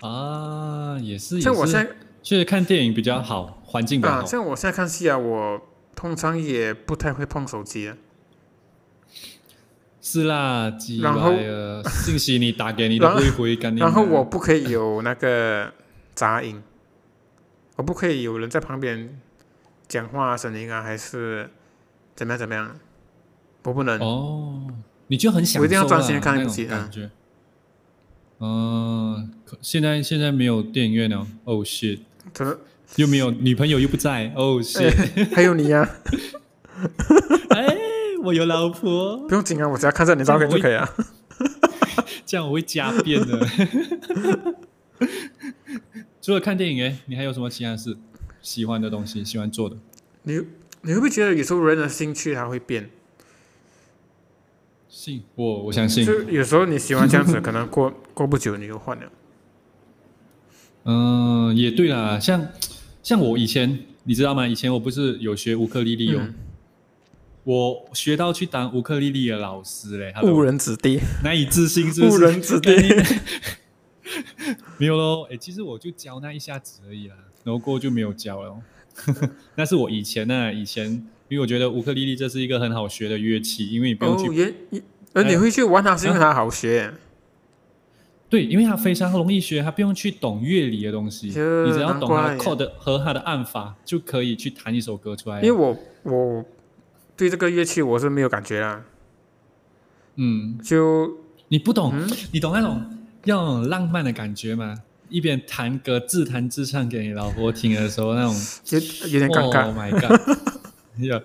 啊，也是，
像我
也是哦
现在
确实看电影比较好，环境比较
啊，
好。
像我现在看戏啊，我通常也不太会碰手机啊。
是啦，鸡
然后
巴呀，信息你打给你都不会回，干你
然后
妈
我不可以有那个杂音，我不可以有人在旁边讲话啊声音啊，还是怎么样怎么样，我不能。
哦，你就很享受啦，
我一定要专心看一
那
部
种
戏
感觉。嗯，可现在现在没有电影院了，Oh shit，
怎么？
又没有女朋友又不在 ，Oh shit，
还有你呀、啊
哎，我有老婆，
不用紧啊，我只要看着你照片就可以啊。
这样我会加变的。 除了看电影，哎，你还有什么其他事喜欢的东西，喜欢做的？
你你会不会觉得有时候人的兴趣它会变？
信我，我相信。
就有时候你喜欢这样子，可能过 过不久你又换了。
嗯，也对啦，像像我以前，你知道吗？以前我不是有学乌克丽丽哦，
嗯
我学到去当乌克丽丽的老师嘞，
误
hello，
人子弟，
难以置信，是不
误
是？
人子弟
干。你没有喽，哎，其实我就教那一下子而已啦，然后过后就没有教了哦。 那是我以前呢、以前因为我觉得乌克丽丽这是一个很好学的乐器，因为你不用
哦
去，
原你呃，你会去玩它是因为它好学，
对，因为它非常容易学，它不用去懂乐理的东西，你
嗯就
只要懂它
难
的
怪
chord 和它的按法，就可以去弹一首歌出来了。
因为我我对这个乐器我是没有感觉啦，
嗯，
就
你不懂，
嗯
你懂那种要有那种浪漫的感觉吗？一边弹歌自弹自唱给你老婆听的时候，那种
有有点尴尬。
Oh my god！呀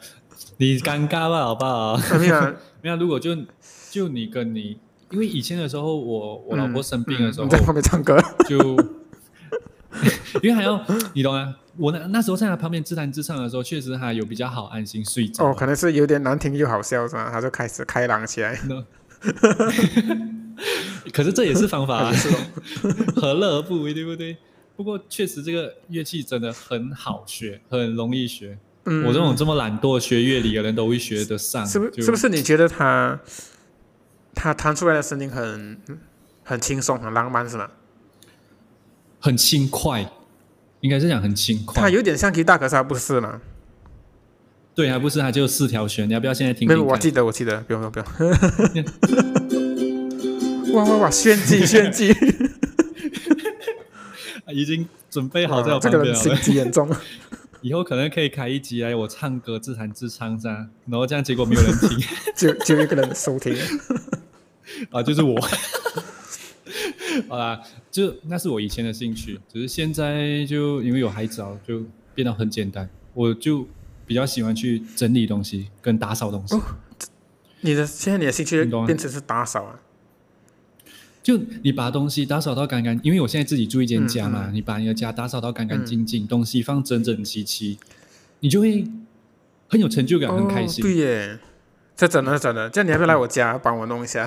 你尴尬吧，好不好？
啊没有啊，
没有，如果就就你跟你，因为以前的时候，我我老婆生病的时
嗯
候，
你在旁边 唱歌，
就因为还要你懂啊。我那那时候在她旁边自弹自唱的时候，确实还有比较好安心睡着。
哦，可能是有点难听又好笑是吧？他就开始开朗起 来。
可是这也是方法、 啊，何乐而不为，对不对？不过确实这个乐器真的很好学，很容易学。
嗯，
我这种这么懒惰学乐理的人都会学得上，
是不
就是
不是你觉得他他弹出来的声音很很轻松、很浪漫是吗？
很轻快？应该是讲很轻
他
快。
有点像吉大，可是他不是嘛？
对，啊还不是它就四条弦，你要不要现在听
没有，
听
我
看？
记得，我记得，不用不用不 用。哇哇哇！炫技炫技，
已经准备好在
哇
我
这
旁
个
边
人
了。
心机很重。
以后可能可以开一集来我唱歌自弹自唱噻，然后这样结果没有人听
就就一个人收听。
啊，就是我。 好啦，就那是我以前的兴趣，只是现在就因为有孩子啊，就变得很简单。我就比较喜欢去整理东西跟打扫东西。
哦你的现在你的兴趣
你懂啊
变成是打扫啊？
就你把东西打扫到干干，因为我现在自己住一间家嘛，
嗯
你把你的家打扫到干干净净，东西放整整齐齐，你就会很有成就感，很开
哦。
心。
对耶，这真的真的，这样你要不要来我家帮我弄一下？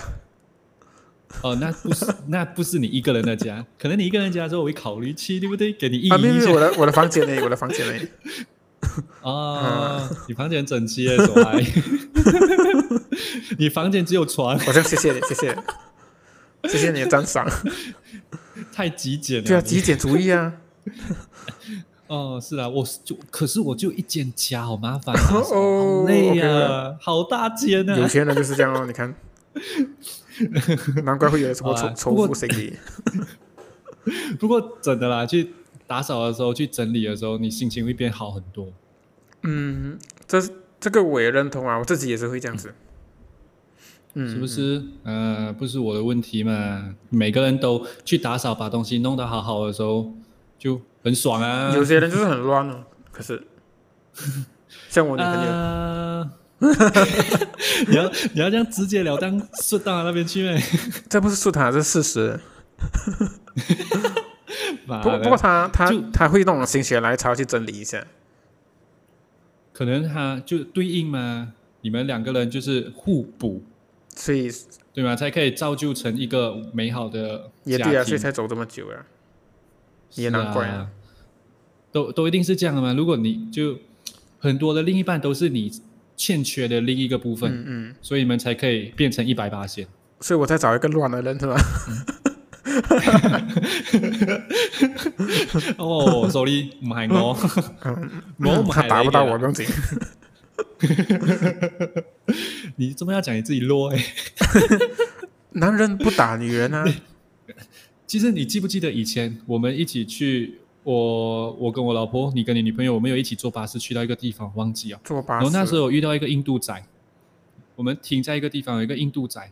哦、那不是 那不是你一个人的家，可能你一个人的家之后，我会考虑去，对不对？给你意
啊，没有
淫
没
一下
有，我的我的房间内，我的房间内。啊
哦，你房间很整齐耶，小 孩，你房间只有床，
我这样谢谢你，谢谢，谢谢你的赞 赏。
太极简了。
对啊，
你
极简主义啊。
哦，是啊，我是就可是我就一间家，好 麻烦、啊，好
哦
累呀、
OK
好大间啊
有。钱人就是这样哦，你看，难怪会有什么
好
仇
啊
仇
不过
富心理。
不过真的啦，去打扫的时候，去整理的时候，你心情会变好很多。
嗯，这这个我也认同啊，我自己也是会这样子。嗯，
是不是？呃，不是我的问题嘛。每个人都去打扫，把东西弄得好好的时候，就很爽啊。
有些人就是很乱哦，可是像我女朋友，
啊 你要你要这样直截了当顺到他那边去呗。
这不是说她，这是事实。
妈
不过
的
不过她她
啊就
她会那种心血来潮去整理一下。
可能他就对应嘛，你们两个人就是互补，
所以
对吗？才可以造就成一个美好的
也
家
对啊，
庭
所以才走这么久啊。也
是
难怪啊
啊，都都一定是这样的嘛。如果你就很多的另一半都是你欠缺的另一个部分，
嗯嗯，
所以你们才可以变成一百 八线。
所以我才找一个乱的人是吧？
哦，sorry，唔系 我，我
嗯
唔系
他打不到我，
你
不用紧。
嘅，你这么要讲你自己弱哎、
男人不打女人啊，
其实你记不记得以前我们一起去，我我跟我老婆，你跟你女朋友，我们有一起坐巴士去到一个地方，忘记啊。
坐巴
然
士。
后那时候有遇到一个印度仔，我们停在一个地方，有一个印度仔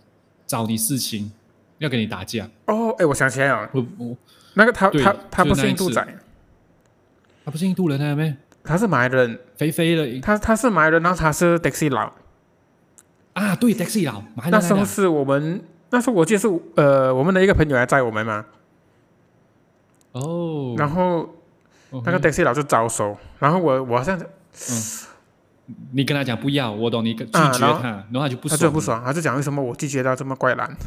找你事情，要跟你打架。
哦，哎，我想起来了，
我我
那个他
对
他他不
就是那一
印度
次
仔，
他不是印度人啊，咩？
他是马来人，
肥肥的
他他是马来人，然后他是 taxi 佬。
啊，对，taxi 佬，马来
那
人
时
来
候
的
是我们，那时候我记得是呃我们的一个朋友来载我们嘛，
哦，
然后
后
那个 taxi 佬就招手，然后我我好像
你跟他讲不要，我懂你跟拒
啊
绝
然后
他，然后他就不
他
爽，啊
就很不爽，他就讲为什么我拒绝到这么怪懒，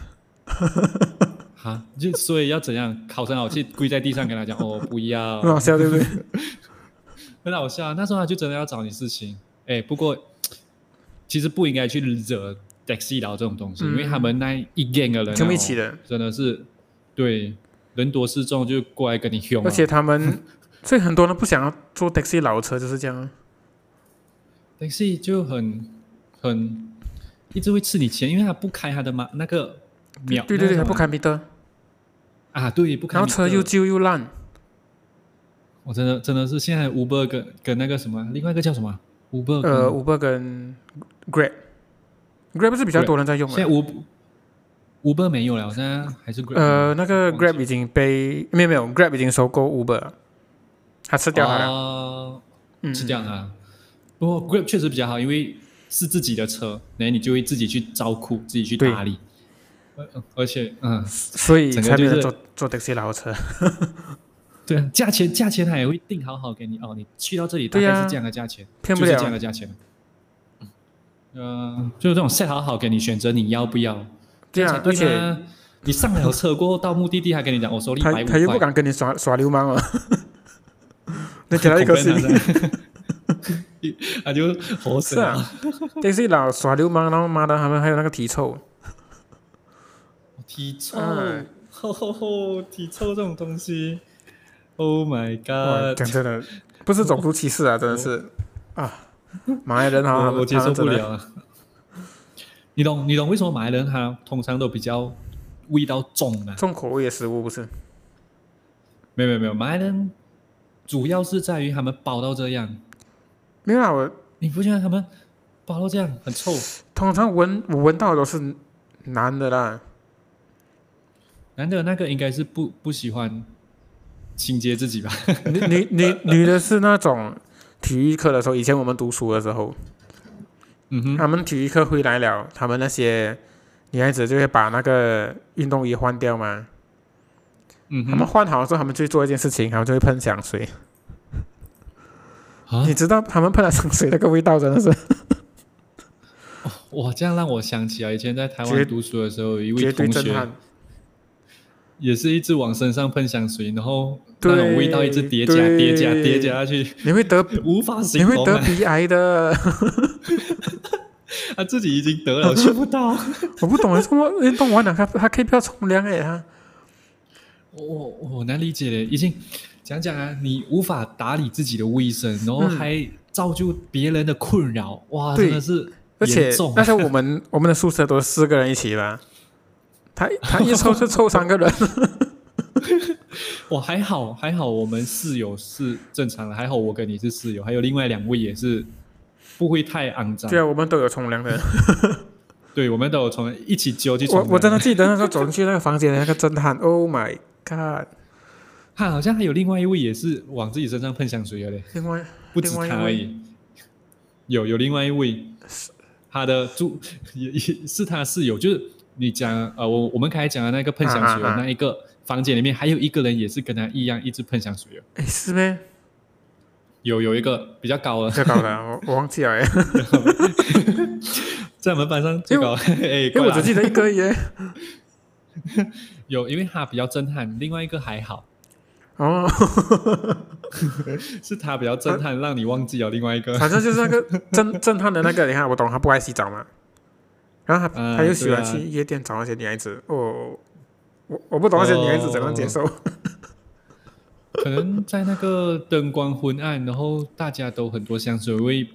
哈，就所以要怎样，考生好气跪在地上跟他讲，哦，不 要，
很好笑对不 对？
很好笑啊。那时候他就真的要找你事情，哎，不过其实不应该去惹 taxi 佬这种东西，
嗯
因为他们那一 gang 的人、哦，
他们一起的，
真的是对人多势众就过来跟你凶、啊，
而且他们所以很多人不想要坐 taxi 老车就是这样啊，
taxi 就很很一直会吃你钱，因为他不开他的嘛那个秒，
对对对，他
那个什么
不开 meter，
啊，对不开
然
米
后
特，
车又旧又烂，
我真的真的是现在 Uber 跟跟那个什么，另外一个叫什么 Uber，跟
呃，Uber 跟 Grab，Grab 是比较
Grab
多人在用
现在
的，
Uber Uber 没有了，现在还是 Grab
呃，那个
嗯忘记了
Grab 已经被没有没有，Grab 已经收购 Uber，了他吃掉它了，
哦
嗯，
是这样啊。不过 Grab 确实比较好，因为是自己的车，然后你就会自己去照顾，自己去打理。而而且，嗯，
所以
整个
才没
就
人
是
坐坐 taxi 老车。
对啊，价钱价钱它也会定好好给你哦。你去到这里大
对啊
概是这样的价钱，
骗不
就是
了
这样的价钱。嗯，就是这种 set 好好给你选择你要不要，
对
才
啊，而
对
且
吗你上了车过后到目的地还跟你讲，我手里
他
百五
他
块
又不，敢跟你耍耍流 氓啊，那给他一颗
恐
星
吓。他噻他就活死
是
了。
啊，taxi 佬耍流氓，然后妈的他们还有那个体臭，
体臭
哎，
吼吼吼，体臭这种东西，Oh my
哇，
god！
讲真的，不是种族歧视 啊，真的是啊，马来人啊，
我我接
他
受
们
不
真的
了啊。你懂你懂为什么马来人他通常都比较味道重啊？
重口味的食物不是？
没有没有没有，马来人主要是在于他们包到这样，
没有啦，我
你不觉得他们包到这样很臭？
通常闻我闻到的都是男的啦，
男的那个应该是不不喜欢清洁自己吧？
女女女女的是那种体育课的时候，以前我们读书的时候，
嗯哼，
他们体育课回来了，他们那些女孩子就会把那个运动衣换掉嘛。
嗯
他们
哼，
换好之后，他们就会做一件事情，他们就会喷香水。
啊
你知道他们喷的香水那个味道真的是
哇，这样让我想起来，以前在台
绝
湾读书的时候，有一
绝
位
对
同
震撼
学。也是一直往身上喷香水，然后
对
那种味道一直叠加、
对
叠加、叠加下去，
你会 得
无法
你
形
会
容
得
啊！
鼻癌的。
他自己已经得了，嗅不到。
我不懂为什么运动完了还还可以不要冲凉哎他。
我我我难理解的，已经讲讲啊，你无法打理自己的卫生，然后
嗯
还造就别人的困扰，哇，
对
真的是
而且
严重
那
啊！
时候我们我们的宿舍都是四个人一起啦，他他一抽就抽三个 人，
我还好还好，我们室友是正常的，还好我跟你是室友，还有另外两位也是不会太肮脏。
对啊，我们都有冲凉的。
对我们都有从一起揪去冲
我
凉。
我真的记得那时候走进去那个房间的那个震撼，Oh my god！
看，好像还有另外一位也是往自己身上喷香水的嘞，
另外
不止他而已。有有另外一位，他的住也也是他室友，就是你讲呃，我我们刚才讲的那个喷香水的哦
啊啊啊
那一个房间里面，还有一个人也是跟他一样一直喷香水的，哦
哎是呗，
有有一个比较高的，
这搞的我我忘记了哎，
在我们班上最高， 哎，
因
过
为我
来
只记得一个耶。
有，因为他比较震撼，另外一个还好，
哦，
是他比较
啊
震撼，让你忘记了另外一 个。
反正就是那个震震撼的那个，你看我懂，他不爱洗澡嘛，然后他、
嗯
他又喜欢
对啊
去夜店找那些女孩子，哦，我我不懂那些女孩子怎样接受。
哦 可能在那个灯光昏暗，然后大家都很多香水味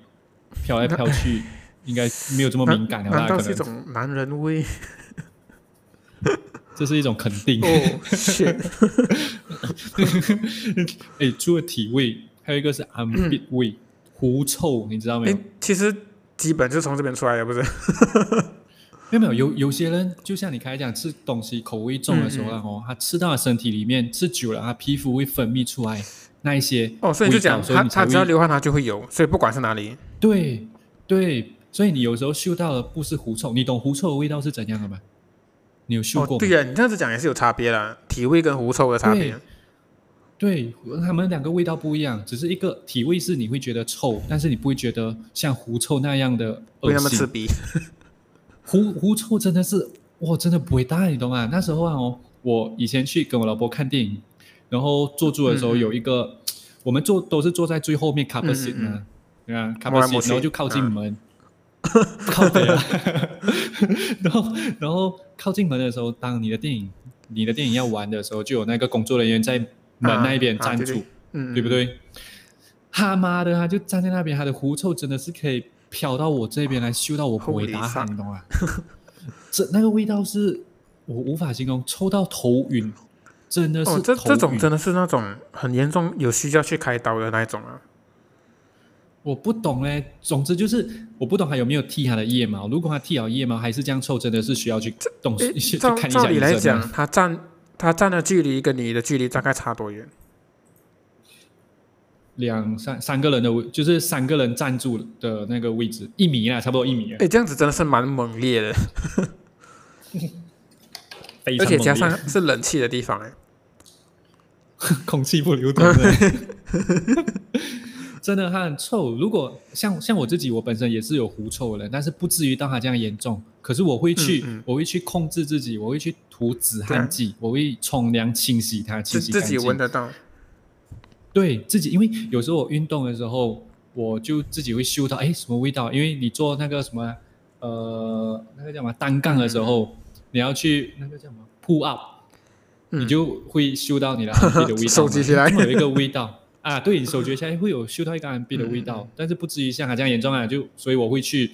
飘来飘去，
啊
应该没有这么敏感了
难
吧？
道
可
是一
能
种男人 味？
这是一种肯定。哎、
哦，是，
哎除了体味，还有一个是 armpit 味，狐臭，你知道没有？
哎，其实基本就是从这边出来的，不是？
没有没有，有有些人就像你刚才讲，吃东西口味重的时
嗯
候啊，哦，他吃到身体里面，吃久了，他皮肤会分泌出来那一些
哦，所以就讲
味道所以
他
你才
他
会
只要流汗，他就会有，所以不管是哪里，
对对，所以你有时候嗅到的不是狐臭，你懂狐臭的味道是怎样的吗？你有嗅
哦
过吗？，
对呀、你这样子讲也是有差别啦，体味跟狐臭的差别。
对，它们两个味道不一样，只是一个体味是你会觉得臭，但是你不会觉得像狐臭那样的
为
恶
他们吃
心。
鼻，
狐狐臭真的是，我真的不会大，你懂吗？那时候啊、哦，我以前去跟我老婆看电影，然后坐住的时候
嗯嗯
有一个，我们坐都是坐在最后面 cover seat
嗯
呢，对啊
摸
，cover
来摸
seat，然后
去
就靠近
啊
门，靠北 啊，然后然后靠近门的时候，当你的电影你的电影要完的时候，就有那个工作人员在门
啊
那一边
啊
站
对
住。
对嗯，
对不？对？他妈的，他就站在那边，他的狐臭真的是可以飘到我这边来，嗅到我不会
Holy
打喊
fuck
你懂吗？ 这那个味道是我无法形容，臭到头晕，真的是头
哦，
晕。
这这种真的是那种很严重，有需要去开刀的那一种啊。
我不懂嘞。总之就是我不懂他有没有剃他的腋毛。如果他剃了腋毛还是这样臭，真的是需要去动
诶
去
照
看一
照
下医
理来
生
讲
啊。，
他站他站的距离跟你的距离大概差多远？
嗯两三三个人的位，就是三个人站住的那个位置，一米啦，差不多一米啊，
哎，这样子真的是蛮猛烈的，
非
而
常
且加
猛烈
上是冷气的地方 哎。
空气不流通 的，真的它很臭。如果像像我自己，我本身也是有狐臭的人，但是不至于到它这样严重。可是我会去，
嗯嗯
我会去控制自己，我会去涂止汗剂，我会冲凉清洗它，
自
清洗
自
干
己
净。
闻得到，
对自己，因为有时候我运动的时候，我就自己会嗅到，哎，什么味道？因为你做那个什么，呃，那个叫什么单杠的时候，你要去那个叫什么 pull up，、
嗯
你就会嗅到你的 armpit 的味道嘛，
收集起来
会有一个味道啊，对，手诀下来会有嗅到一个 armpit 的味
嗯
道，但是不至于像它这样严重啊，就所以我会去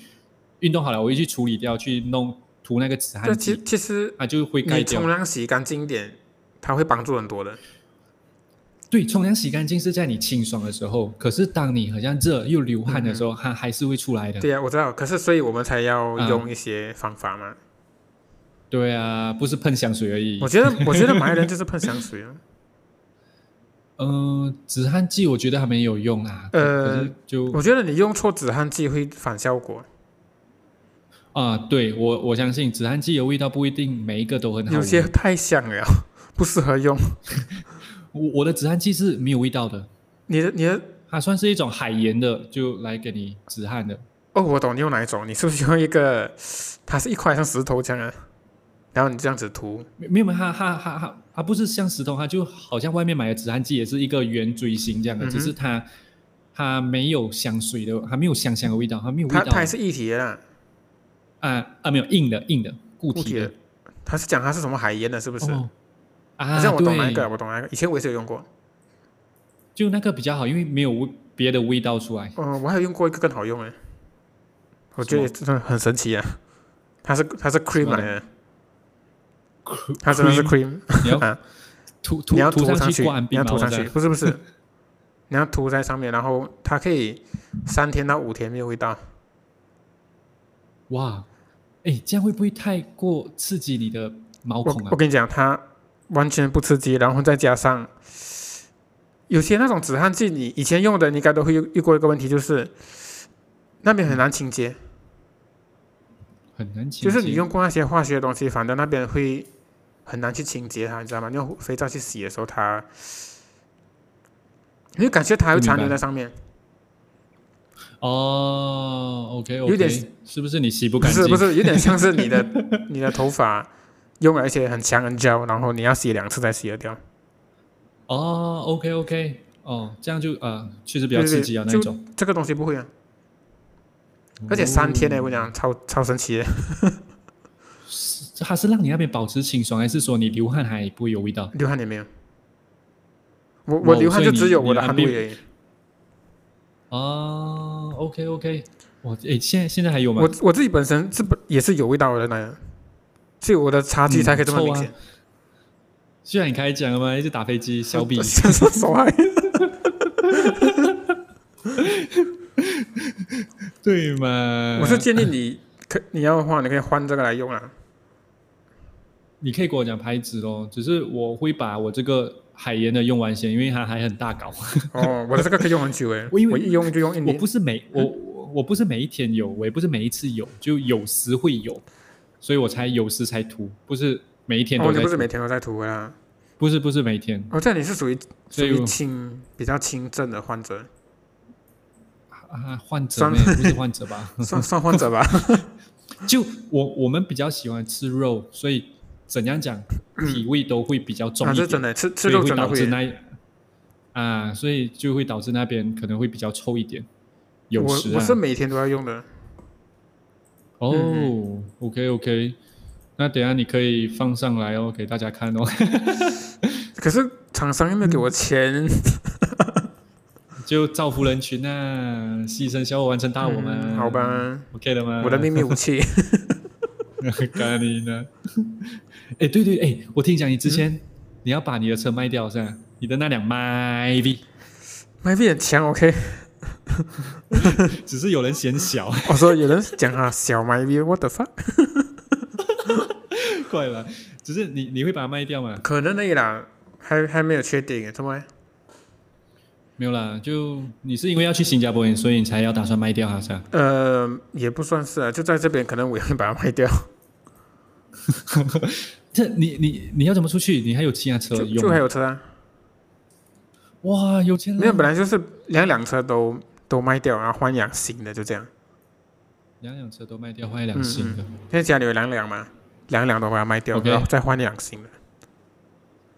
运动好了，我会去处理掉，去弄涂那个止
这
汗
其
剂，
其实
啊，就会盖
你
掉
冲。凉洗干净一点，它会帮助很多的。
对，冲凉洗干净是在你清爽的时候，可是当你好像热又流汗的时候，它还是会出来的。
嗯对啊呀、我知道，可是所以我们才要
啊
用一些方法嘛。
对啊，不是喷香水而已
我。 觉得，我觉得马来人就是喷香水啊。
嗯、止汗剂我觉得还没有用啊。可
呃
可是就
我觉得你用错止汗剂会反效果，
啊、对我我相信止汗剂的味道不一定每一个都很好闻。
有些太香了，不适合用。
我我的止汗剂是没有味道的，
你的你的
它算是一种海盐的，就来给你止汗的。
哦，我懂你用哪一种，你是不是用一个， 它是一块像石头这样的，啊然后你这样子涂，
没没有，它它它它它不是像石头，它就好像外面买的止汗剂也是一个圆锥形这样的，
嗯哼
只是它它没有香水的，它没有香香的味道，它没有味
它
道
它也是一体的啦，
啊啊没有硬的硬的固
固体
体
的。它是讲它是什么海盐的，是不是？
哦啊
好像我懂哪一
对
个，，我懂哪一个，以前我也是有用过。
就那个比较好，因为没有味别的味道出来。
嗯，我还有用过一个更好用哎，我觉得也真的很神奇啊，它是它是 cream
么
来的，它真的是 cream，
你要
啊
涂涂
你要
涂
涂
上
去，
挂按
你
冰
要
嘛
涂
我
上
知道
去，不是不是， 你要涂在上面，然后它可以三天到五天没有味道。
哇，哎，这样会不会太过刺激你的毛
我
孔啊
我？跟你讲，它完全不刺激，然后再加上有些那种止汗剂，你以前用的，你应该都会遇遇过一个问题，就是那边很难清洁，
很难清洁。
就是你用过那些化学的东西，反正那边会很难去清洁它，你知道吗？你用肥皂去洗的时候，它你就感觉它还会残留在上面，
哦，OK OK，
有点
是不是你洗不
不
干净？
是不是，有点像是你的 你的头发用了一些很强的胶，然后你要洗两次才洗得掉。
哦，OK OK，哦，这样就呃，确实比较
对对
刺激啊那
就
一种。
这个东西不会啊，而且三天呢，我跟你讲，超超神奇的。
哦，它是让你那边保持清爽，还是说你流汗还不会有味道？
流汗也没有。我
哇
我流汗就
所以你
只有我的
你
汗
的
味而已。
哦，OK OK，哇，诶，现在现在还有吗？
我我自己本身是不也是有味道的那样，所以我的差距
嗯
才可以这么
臭
明
啊
显。
虽然你开始讲了嘛，一直打飞机，小比
想说什么？
对嘛？
我是建议你可你要的话，你可以换这个来用啊。
你可以跟我讲牌子咯，只是我会把我这个海盐的用完先，因为它还很大搞。，
哦， 我的这个可以用很久诶
我以为
一用就用一
我
年
不。是每
嗯
我我我不是每一天有，我也不是每一次有，就有时会有，所以我才有时才涂，不是每一天
哦，
都
你
在
不
涂、
是每天都在涂的啦？
不是不是每天，
哦，这样你是属于属
所以
于
我
轻比较轻症的患 者，
啊患者
算
呢不是患者吧？
算算患者吧。
就我我们比较喜欢吃肉，所以怎样讲体味都会比较重
啊，
一
这
点，
真的吃吃
所以
肉
会
真的
导致
会。
那啊，所以就会导致那边可能会比较臭一点，有
我
时啊。
我是嗯每天都要用的。
哦、o k OK，那等一下你可以放上来哦，给大家看哦。
可是厂商又没有给我钱，
就造福人群啊，牺牲小我完成大我们、
嗯好吧，
，OK 了吗？
我 的秘密武 器。
咖喱呢？ 哎，对对，哎，我听讲你之前、
嗯
你要把你的车卖掉是吧？你的那辆 MyV，
麦币很强，OK。
只是有人嫌小，
我说有人讲啊，小麦币，what the fuck？
怪了，只是你你会把它卖掉吗？
可能的啦，还还没有确定，怎么？
没有啦，就你是因为要去新加坡，所以你才要打算卖掉它是吧？
呃，也不算是啊，就在这边，可能我也会把它卖 掉，
这你你你要怎么出去？你还有其他车
就
用
就还
吗？
有车啊，
哇，有钱
没有，
人！
本来就是两辆车都都卖掉，然后换一辆新的，就这样。
两辆车都卖掉，换
嗯
一辆新的。
现在家里有两辆嘛，两辆都把它卖掉
OK
然后再换一辆新的。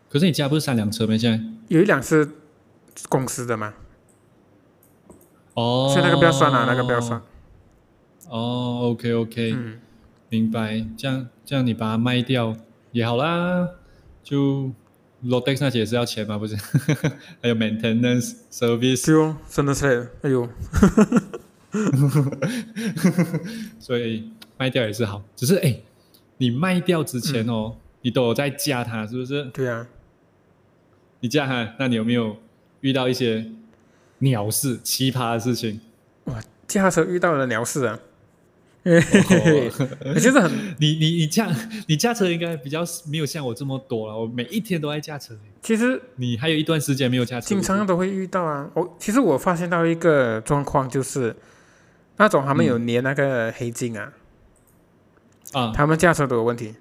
可是你家不是三辆车吗？现在
有一辆是公司的嘛，
哦，
所以那个不要算啊了、那个不要算。。
哦，OK OK，、
嗯，
明白。这样这样你把它卖掉也好啦，就 Lodex 那些也是要钱嘛，不是？ 还有 maintenance service，
是哦，真的是，哎呦，
所以卖掉也是好。只是哎，
嗯
你卖掉之前哦，你都有在加它，是不是？
对啊，
你这样哈，那你有没有遇到一些鸟事、奇葩的 事情？
驾车遇到了鸟事 啊，哎其实很，
哦你你你驾你驾车应该比较没有像我这么多了，我每一天都在驾车。
其实
你还有一段时间没有驾车，
经常都会遇到啊。我其实我发现到一个状况，就是那种他们有粘那个黑镜啊，
嗯啊，
他们驾车都有问题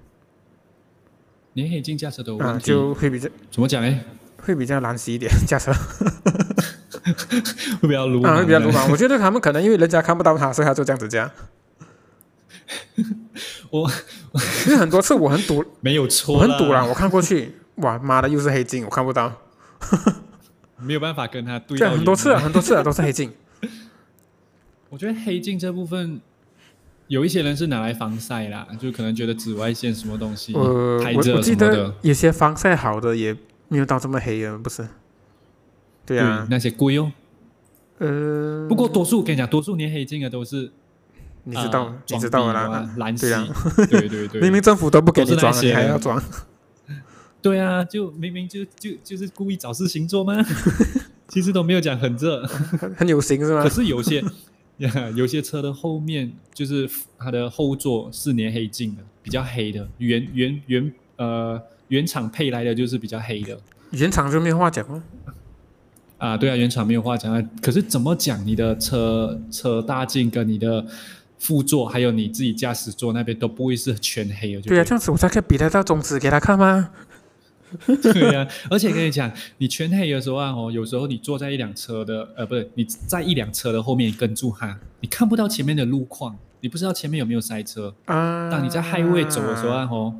连黑镜驾车都有问
啊，
题，
就会比较
怎么讲哎，
会比较难洗一点驾车
会比较鲁
啊，
莽，
会比较鲁。莽。我觉得他们可能因为人家看不到他，所以他就这样子驾。
我
因为很多次我很 堵，
没有
我
错
很
啦，
堵了，我看过去，哇妈的又是黑镜，我看不到。
没有办法跟他对
这
到
样很
眼
多次
了
啊，很多次啊，都是黑 镜。
我觉得黑镜这部分，有一些人是拿来防晒啦，就可能觉得紫外线什么东西
呃，
拍
我我
着什
记
么
得
的，
有些防晒好的也没有到这么黑啊，不是？对啊，
那些贵哦。
呃，
不过多数我跟你讲，多数粘黑镜的都是
你知道，
呃
你知道了啦，
装逼
啊
啊蓝
对
系
啊，
对对对，
明明政府都不给
都是
你装
那
了，
些
你还
人
要装，
对啊，就明明就就就是故意找事情做吗？ 其实都没有讲很热，
很很有型是吗
可？是有些 有些车的后面就是它的后座是粘黑镜的，比较黑的，原原原呃原厂配来的就是比较黑的。
原厂就没有话讲吗？
啊，对啊，原厂没有话讲啊。可是怎么讲？你的车车大镜跟你的副座，还有你自己驾驶座那边都不会是全黑的，就
对啊，这样子我才可以比得到中指给他看吗？
对啊，而且跟你讲，你全黑的时候啊，哦，有时候你坐在一辆车的，呃，不是你在一辆车的后面跟住它，你看不到前面的路况，你不知道前面有没有塞车。
啊，
当你在 highway 走的时候
嗯
啊，哦，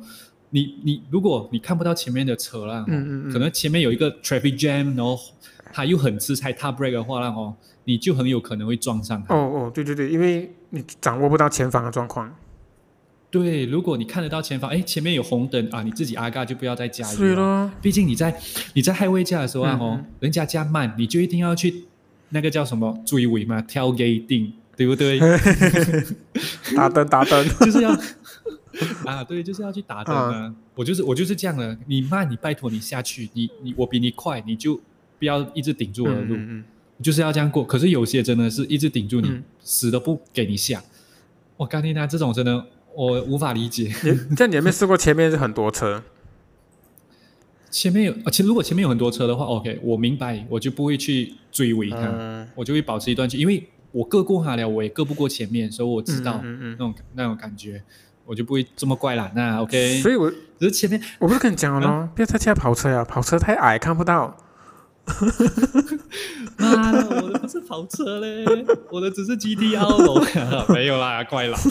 你你如果你看不到前面的车啦，哦
嗯嗯嗯
可能前面有一个 traffic jam，然后它又很吃才踏 brake 的话啦，哦，你就很有可能会撞上它。
哦哦，对对对，因为你掌握不到前方的状况，
对，如果你看得到前方，哎，前面有红灯啊，你自己阿嘎就不要再加
所以
油了。
咯，
毕竟你在你在 highway 驾的时候啊，
嗯
哦
嗯，
人家加慢，你就一定要去那个叫什么追尾嘛，tailgating，对 不对？
打灯打灯，
就是 要啊，对，就是要去打灯啊。我就是我就是这样的，你慢，你拜托你下去，你你我比你快，你就不要一直顶住我的
嗯
路，
嗯
你啊就是要这样过。可是有些真的是一直顶住你，
嗯
死都不给你下。我干你那这种真的我无法理解。
嗯，你这样你有没有试过前面是很多车？
前面有，啊其实如果前面有很多车的话，OK，我明白，我就不会去追尾它，
嗯，
我就会保持一段距离，因为我各过它了，我也各不过前面，所以我知道
嗯嗯
那种、那种感觉，我就不会这么怪懒那 OK，嗯
所以我
只是前面
我不是跟你讲了咯，不要再驾跑车呀，跑车太矮看不到。
妈的，我的不是跑车嘞，我的只是 GTR 喽， 没有啦，怪啦。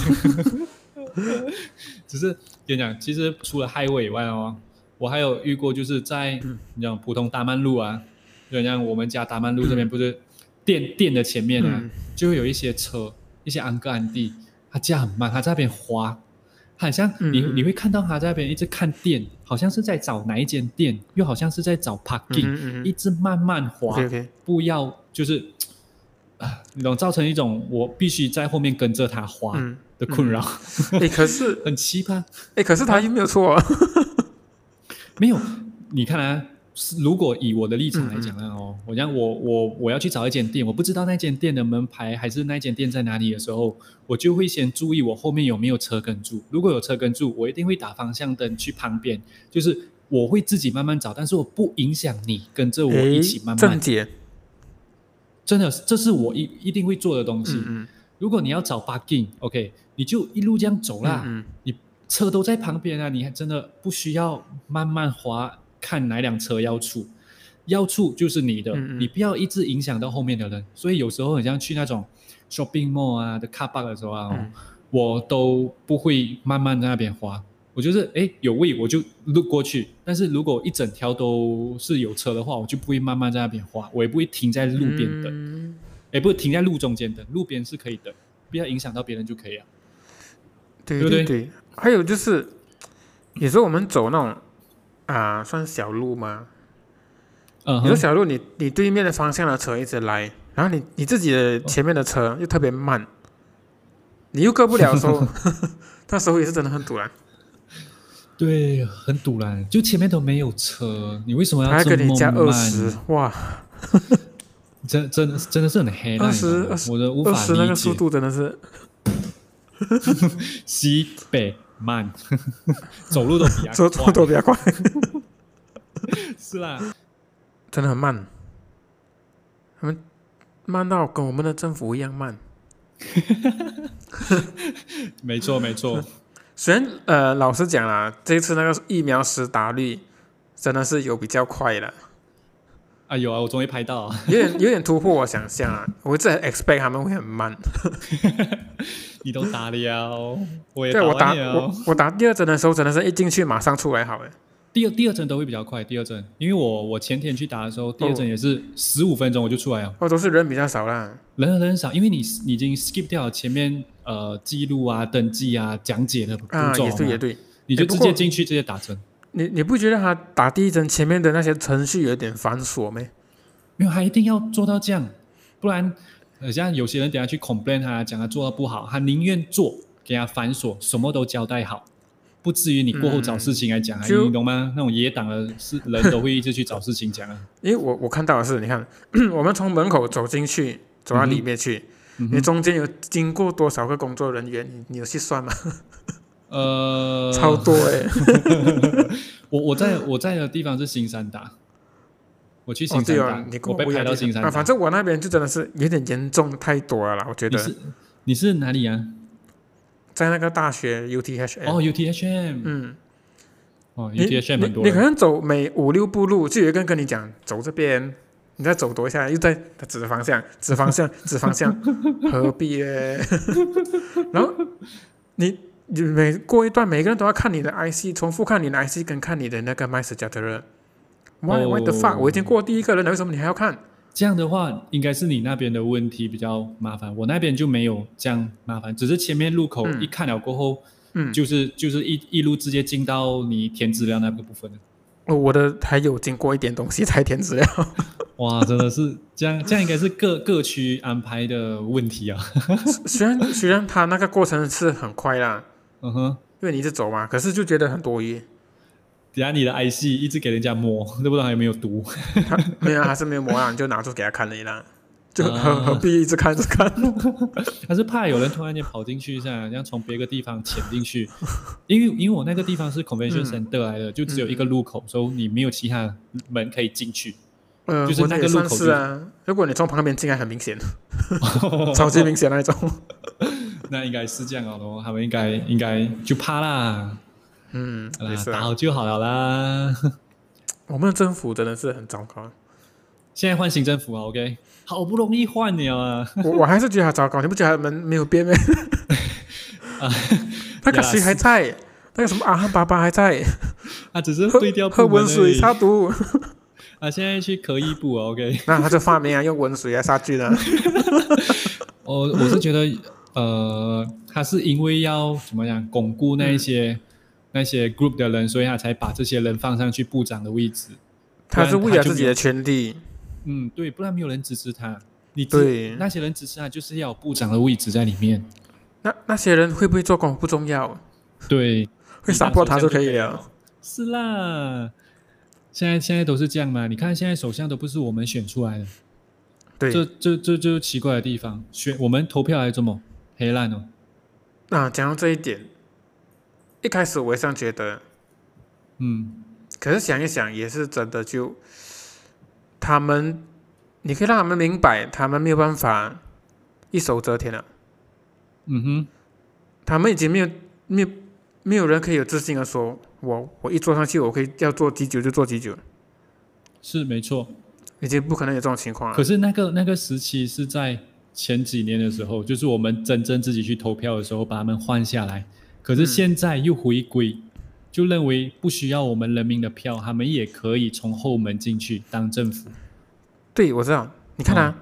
只是跟你讲，其实除了 highway 以外哦，我还有遇过，就是在你讲普通大曼路啊，就像我们家大曼路这边不是店店的前面啊
嗯，
就会有一些车，一些安哥安弟，他驾很慢，他在那边滑。好像你
嗯嗯
你会看到他在那边一直看店，好像是在找哪一间店，又好像是在找 parking，、
嗯
一直慢慢滑。
OK OK，
不要就是啊，你懂，造成一种我必须在后面跟着他滑
嗯，
的困扰，
哎，可是
很奇葩。
哎，可是他又没有错啊，
没有，你看啊，是如果以我的立场来讲啊，
嗯
哦，我让我我我要去找一间店，我不知道那间店的门牌还是那间店在哪里的时候，我就会先注意我后面有没有车跟住。如果有车跟住，我一定会打方向灯去旁边，就是。我会自己慢慢找，但是我不影响你跟着我一起慢慢
哎正解，
真的，这是我一一定会做的东西。
嗯
如果你要找 parking，OK，、你就一路这样走啦
嗯，嗯
你车都在旁边啊，你还真的不需要慢慢滑看哪辆车要出，要出就是你的，
嗯嗯
你不要一直影响到后面的人。所以有时候很像去那种 shopping mall 啊的 car park 的时候啊、哦
嗯
我都不会慢慢在那边滑。我就是诶有位我就路过去，但是如果一整条都是有车的话，我就不会慢慢在那边滑，我也不会停在路边等。
嗯
哎，不是停在路中间等，路边是可以等，不要影响到别人就可以啊了。
对
对不
对
对
对。还有就是，有时候我们走那种啊，算小路嘛。
嗯
你说
哼，
小路，你你对面的方向的车一直来，然后你你自己的前面的车又特别慢， 你又过不了的时候，那时候也是真的很堵然。
对，很堵然，就前面都没有车，你为什么
他还
要
给
这
你
么
加
慢？
二十，哇，
真真的真的是很黑
20
暗，你知道吗
20
我都无
二
法
十那
理
个
解
速。度真的是，
西北慢， 走路都比较
走走
快。
都比较快，
是啦，
真的很慢，他们慢到跟我们的政府一样慢。
没错没错，
虽然呃，老实讲啦，这次那个疫苗施打率真的是有比较快的，
啊有啊，我终于拍到 啊！
有点有点突破我想象啊。我一直很 expect 他们会很慢，
你都打了，我也
对我打
完
我
了。
我打第二针的时候，真的是一进去马上出来好了。
第二第二针都会比较快，第二针，因为我我前天去打的时候，第二针也是
嗯
十五分钟我就出来了，
哦，都是人比较少啦。
人很少，因为你你已经 skip 掉了前面呃记录啊、登记啊、讲解的步
啊，
骤
也
嘛，
对也对，
你就
哎不
直
过
接进去直接打针。
你你不觉得他打第一针前面的那些程序有点繁琐没？
没有，他一定要做到这样，不然，呃，像有些人等下去 complain 他，讲他做到不好，他宁愿做，给他繁琐，什么都交代好，不至于你过后找事情来讲啊，
就
你懂吗？那种野党的是人都会一直去找事情讲啊。
因为我我看到的是，你看 我们从门口走进去，走到里面去，
嗯
你
哼，
中间有经过多少个工作人员？你你有去算吗？
呃，
超多哎、
我我在我在的地方是新山打，我去
哦
新山
对
打，
哦，你跟
我被
不一
排
样
到
的
新山打。
啊，反正我那边就真的是有点严重太多了啦，我觉
你
得
是你是哪里啊？
在那个大学 UTHM，、
哦，UTHM，
嗯，
哦
你
，UTHM 很
哎你
多
你可
人，
能走每五六步路就有一个人跟你讲走这边，你再走多一下，又在他指着方向，指方向，指方 向，何必耶？ 然后你你每过一段，每个人都要看你的 IC，重复看你的 IC 跟看你的那个 My s u g g e t e r Why why the fuck？、
哦
我已经过第一个人了，为什么你还要看？
这样的话，应该是你那边的问题比较麻烦，我那边就没有这样麻烦，只是前面路口
嗯
一看了过后，
嗯，
就是就是一一路直接进到你填资料那个部分了。
哦我的还有经过一点东西才填资料。
哇，真的是这样， 这样应该是各各区安排的问题啊。
虽然虽然他那个过程是很快啦，
嗯哼，
因为你一直走嘛，可是就觉得很多余。
等下你的 IC 一直给人家摸，都不知道还有没有毒。
没有啊，还是没有磨啊，你就拿出给他看了一啦，就何、
啊
何必一直看着看？
他是怕有人突然间跑进去一下，这样从别个地方潜进 去，因为因为我那个地方是 convention
嗯
center 来的，就只有一个路口，所以你没有其他门可以进去。
呃，
就是
我
那
也
个路
算
口
是
就
啊。如果你从旁边进来，很明显， 超级明显那一种。
那应该是这样哦，咯他们应该应该就怕啦，
嗯，
啦
没事
打
啊。
好就好了啦。
我们的政府真的是很糟糕，
现在换新政府啊，OK，好不容易换了啊，
我我还是觉得他糟糕。你不觉得他们没有变吗？
啊
那个谁还在？那个什么阿汉巴巴还在？
啊，只是
喝
对调
喝
部门
温
而
水
已
杀毒，
啊，现在去可以补啊，OK。
那他就发明啊，用温水来杀菌 啊。
哦，我是觉得，呃，他是因为要怎么样巩固那一些、
嗯
那些 group 的人，所以他才把这些人放上去部长的位置。
他是为了
他就
自己
没
的
有
权利，
嗯，对，不然没有人支持他。你支
对
那些人支持他，就是要有部长的位置在里面。
那那些人会不会做工不重要，
对，
会撒泼他就可以了。。
是啦，现在现在都是这样嘛？你看现在首相都不是我们选出来的，
对，
这这这就是奇怪的地方。选我们投票还这么黑烂哦。
那讲到这一点，一开始我也这样觉得，
嗯，
可是想一想，也是真的就，他们，你可以让他们明白，他们没有办法一手遮天了，
嗯哼，
他们已经没有没有没有人可以有自信的说，我我一坐上去，我可以要做几久就做几久，
是没错。
已经不可能有这种情况
可
了。
是那个那个时期是在前几年的时候，就是我们真正自己去投票的时候，把他们换下来。可是现在又回归，就认为不需要我们人民的票，他们也可以从后门进去当政府。
对，我知道，你看啊，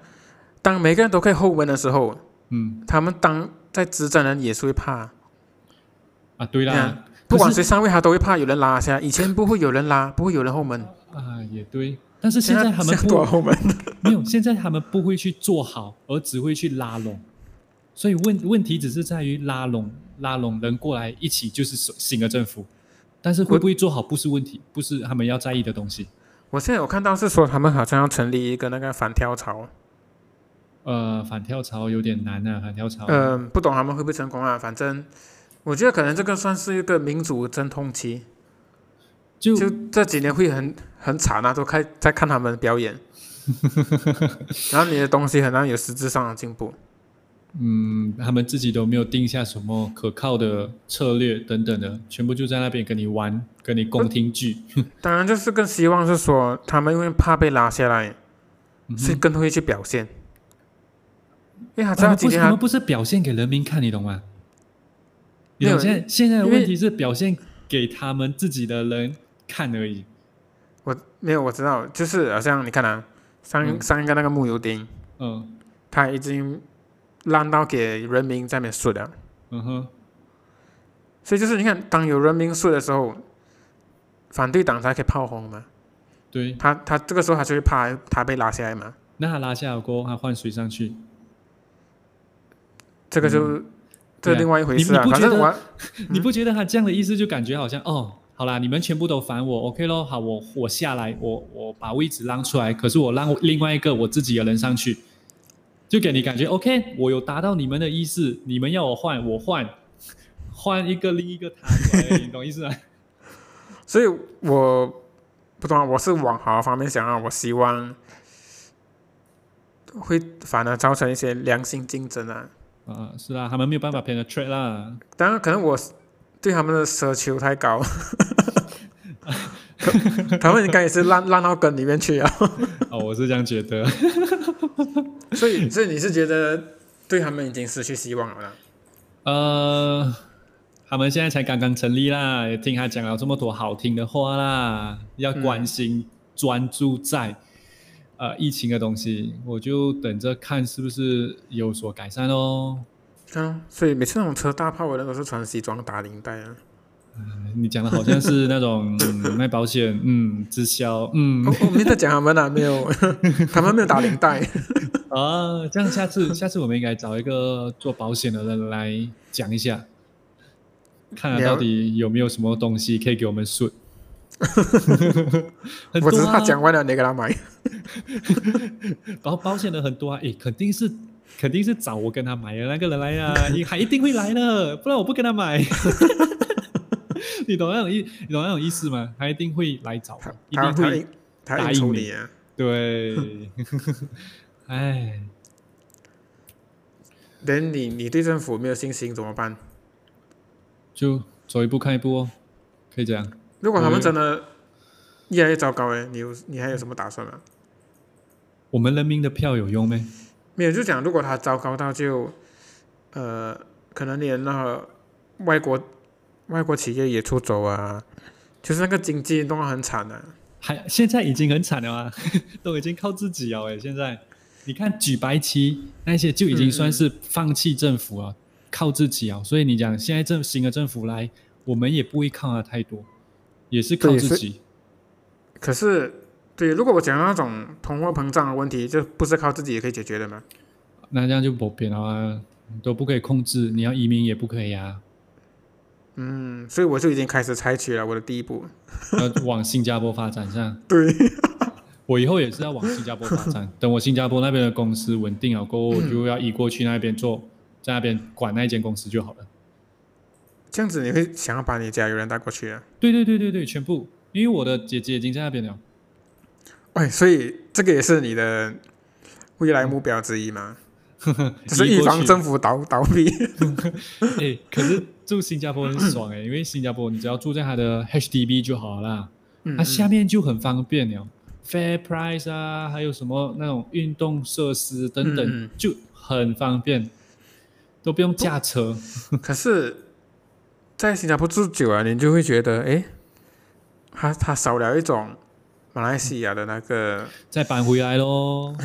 当每个人都可以后门的时候，
嗯
他们当在执政人也是会怕。
啊，
对
对啦
啊，不管
可是
谁上位，他都会怕有人拉下。以前不会有人拉，不会有人后门。
啊，也对。但是现在他们
现在多少
不
后门？
没有，现在他们不会去做好，而只会去拉拢。所以问问题只是在于拉拢拉拢人过来一起，就是新的政府。但是会不会做好不是问题，不是他们要在意的东西。
我现在有看到是说他们好像要成立一个那个反跳槽，
呃，反跳槽有点难啊，反跳槽。
嗯、不懂他们会不会成功啊？反正我觉得可能这个算是一个民主阵痛期，
就
就这几年会很很惨啊，都看在看他们表 演，然后你的东西很难有实质上的进步。
嗯，他们自己都没有定下什么可靠的策略等等的，全部就在那边跟你玩，跟你宫听剧。
当然，就是更希望是说他们因为怕被拉下来，
嗯哼
所以更会去表现。因为他知
他
道
们
今
不
啊
是
天
他
他
们不是表现给人民看，你懂吗？你
没有
懂现在现在的
因为
问题是表现给他们自己的人看而已。
我没有我知道，就是好像你看啊，上、
嗯
上一个那个木油丁，
嗯
他已经烂到给人民在那边说了，
嗯哼，
所以就是你看，当有人民说的时候，反对党才可以炮轰嘛。
对。
他他这个时候他就会怕他被拉下来嘛，
那他拉下了过后，他换谁上去？
这个就、这
对啊
另外一回
你
事啊。
你不
反
觉
正
得
我嗯
你不觉得他这样的意思就感觉好像哦，好啦，你们全部都烦我，OK 咯，好，我我下来，我我把位置让出来，可是我让另外一个我自己的人上去，就给你感觉 OK，我有达到你们的意思，你们要我换我换， 换一个另一个他出来，你懂意思吗？
所以我不懂啊，我是往好的方面想啊，我希望会反而造成一些良性竞争啊。
啊，是啦，他们没有办法 penetrate 啦，
当然，可能我对他们的奢求太高，可他们应该也是烂烂到根里面 去啊。
哦，我是这样觉得。
所以，所以你是觉得对他们已经失去希望了啦？
呃，他们现在才刚刚成立啦，也听他讲了这么多好听的话啦，要关心、专注在呃疫情的东西，我就等着看是不是有所改善哦。
啊，所以每次那种车大炮的人都是穿西装打领带啊。
你讲的好像是那种、 嗯卖保险，嗯，直销，嗯
我我哦没在讲他们啊，没有， 他们没有打领 带。
啊，这样下次下次我们应该找一个做保险的人来讲一下，看看
聊
到底有没有什么东西可以给我 们说。很
我只
多
是怕
啊
讲完了你给他买。
保保险的很多啊，诶，肯定是肯定是找我跟他买的那个人来呀、 啊，你还一定会来的，不然我不跟他买。 你懂那种意，你懂那种意思吗？他一定会来找
他
我，一
他
定
他
会，
应他
答
应
应
酬
你
你啊。
对， 哎，
等你你对政府没有信心怎么办？
就走一步看一步哦，可以这样。
如果他
我
们
有
真的越来越糟糕哎，你有你还有什么打算吗？
我们人民的票有用没？
没有，就讲如果他糟糕到就，呃，可能连那个外国外国企业也出走啊，就是那个经济弄得很惨啊。
还现在已经很惨了啊， 都已经靠自己了哎。现在你看举白旗那些就已经算是放弃政府啊，靠自己啊。所以你讲现在政新的政府来，我们也不会靠他太多，也是靠
对
自
所以
己。
可是，对，如果我讲到那种通货膨胀的问题，就不是靠自己也可以解决的嘛。
那这样就不变了啊，都不可以控制，你要移民也不可以啊，
嗯，所以我就已经开始采取了我的第一步。
要往新加坡发展上。
对，
我以后也是要往新加坡发 展，等我新加坡那边的公司稳定了过后，我就要移过去那边做，在那边管那间公司就好了。
这样子你会想要把你家有人带过去啊？
对对对对对，全部，因为我的姐姐已经在那边了。
哎，所以这个也是你的未来目标之一嘛，就是
嗯移
预
过
防
去
政府倒倒闭。
哎、可是住新加坡很爽哎、因为新加坡你只要住在它的 HDB 就好了啦，
嗯
它、下面就很方便了，Fair Price 啊，还有什么那种运动设施 等等，
嗯嗯
就很方便，都不用驾车。
嗯可是，在新加坡住久了，你就会觉得，哎，它它少了一种马来西亚的那个
再搬回来咯。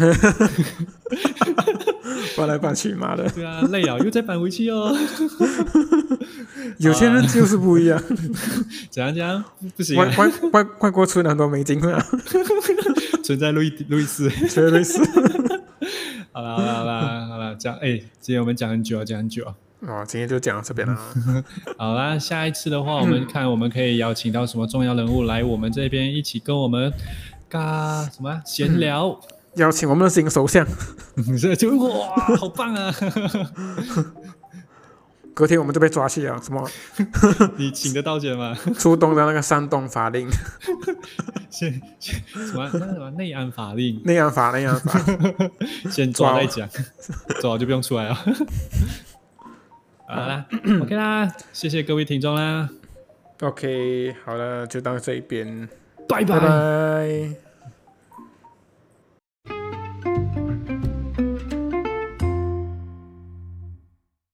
搬来搬去嘛的。
对啊，累了又再搬回去哦。
有些人就是不一
啊
样，
怎样怎样？不行、
外
啊，
外外外国村很多美金啊，
存在路易路易斯。
绝对是。
好啦好啦好啦好啦，讲哎、今天我们讲很久啊，讲很久啊。
哦，今天就讲到这边了。
好啦，下一次的话，我们看我们可以邀请到什么重要人物来我们这边一起跟我们嘎什么啊闲聊，
邀请我们的新首相，
嗯这就哇，好棒啊！
隔天我们就被抓去了，什么
你请得到姐吗？
初东的那个山东法令、
先先什么啊那什么内安法令，
内安法、内安法，
先抓再讲，抓就不用出 来了。好啦，OK 啦，谢谢各位听众啦，
OK，好了，就到这边，
拜
拜拜。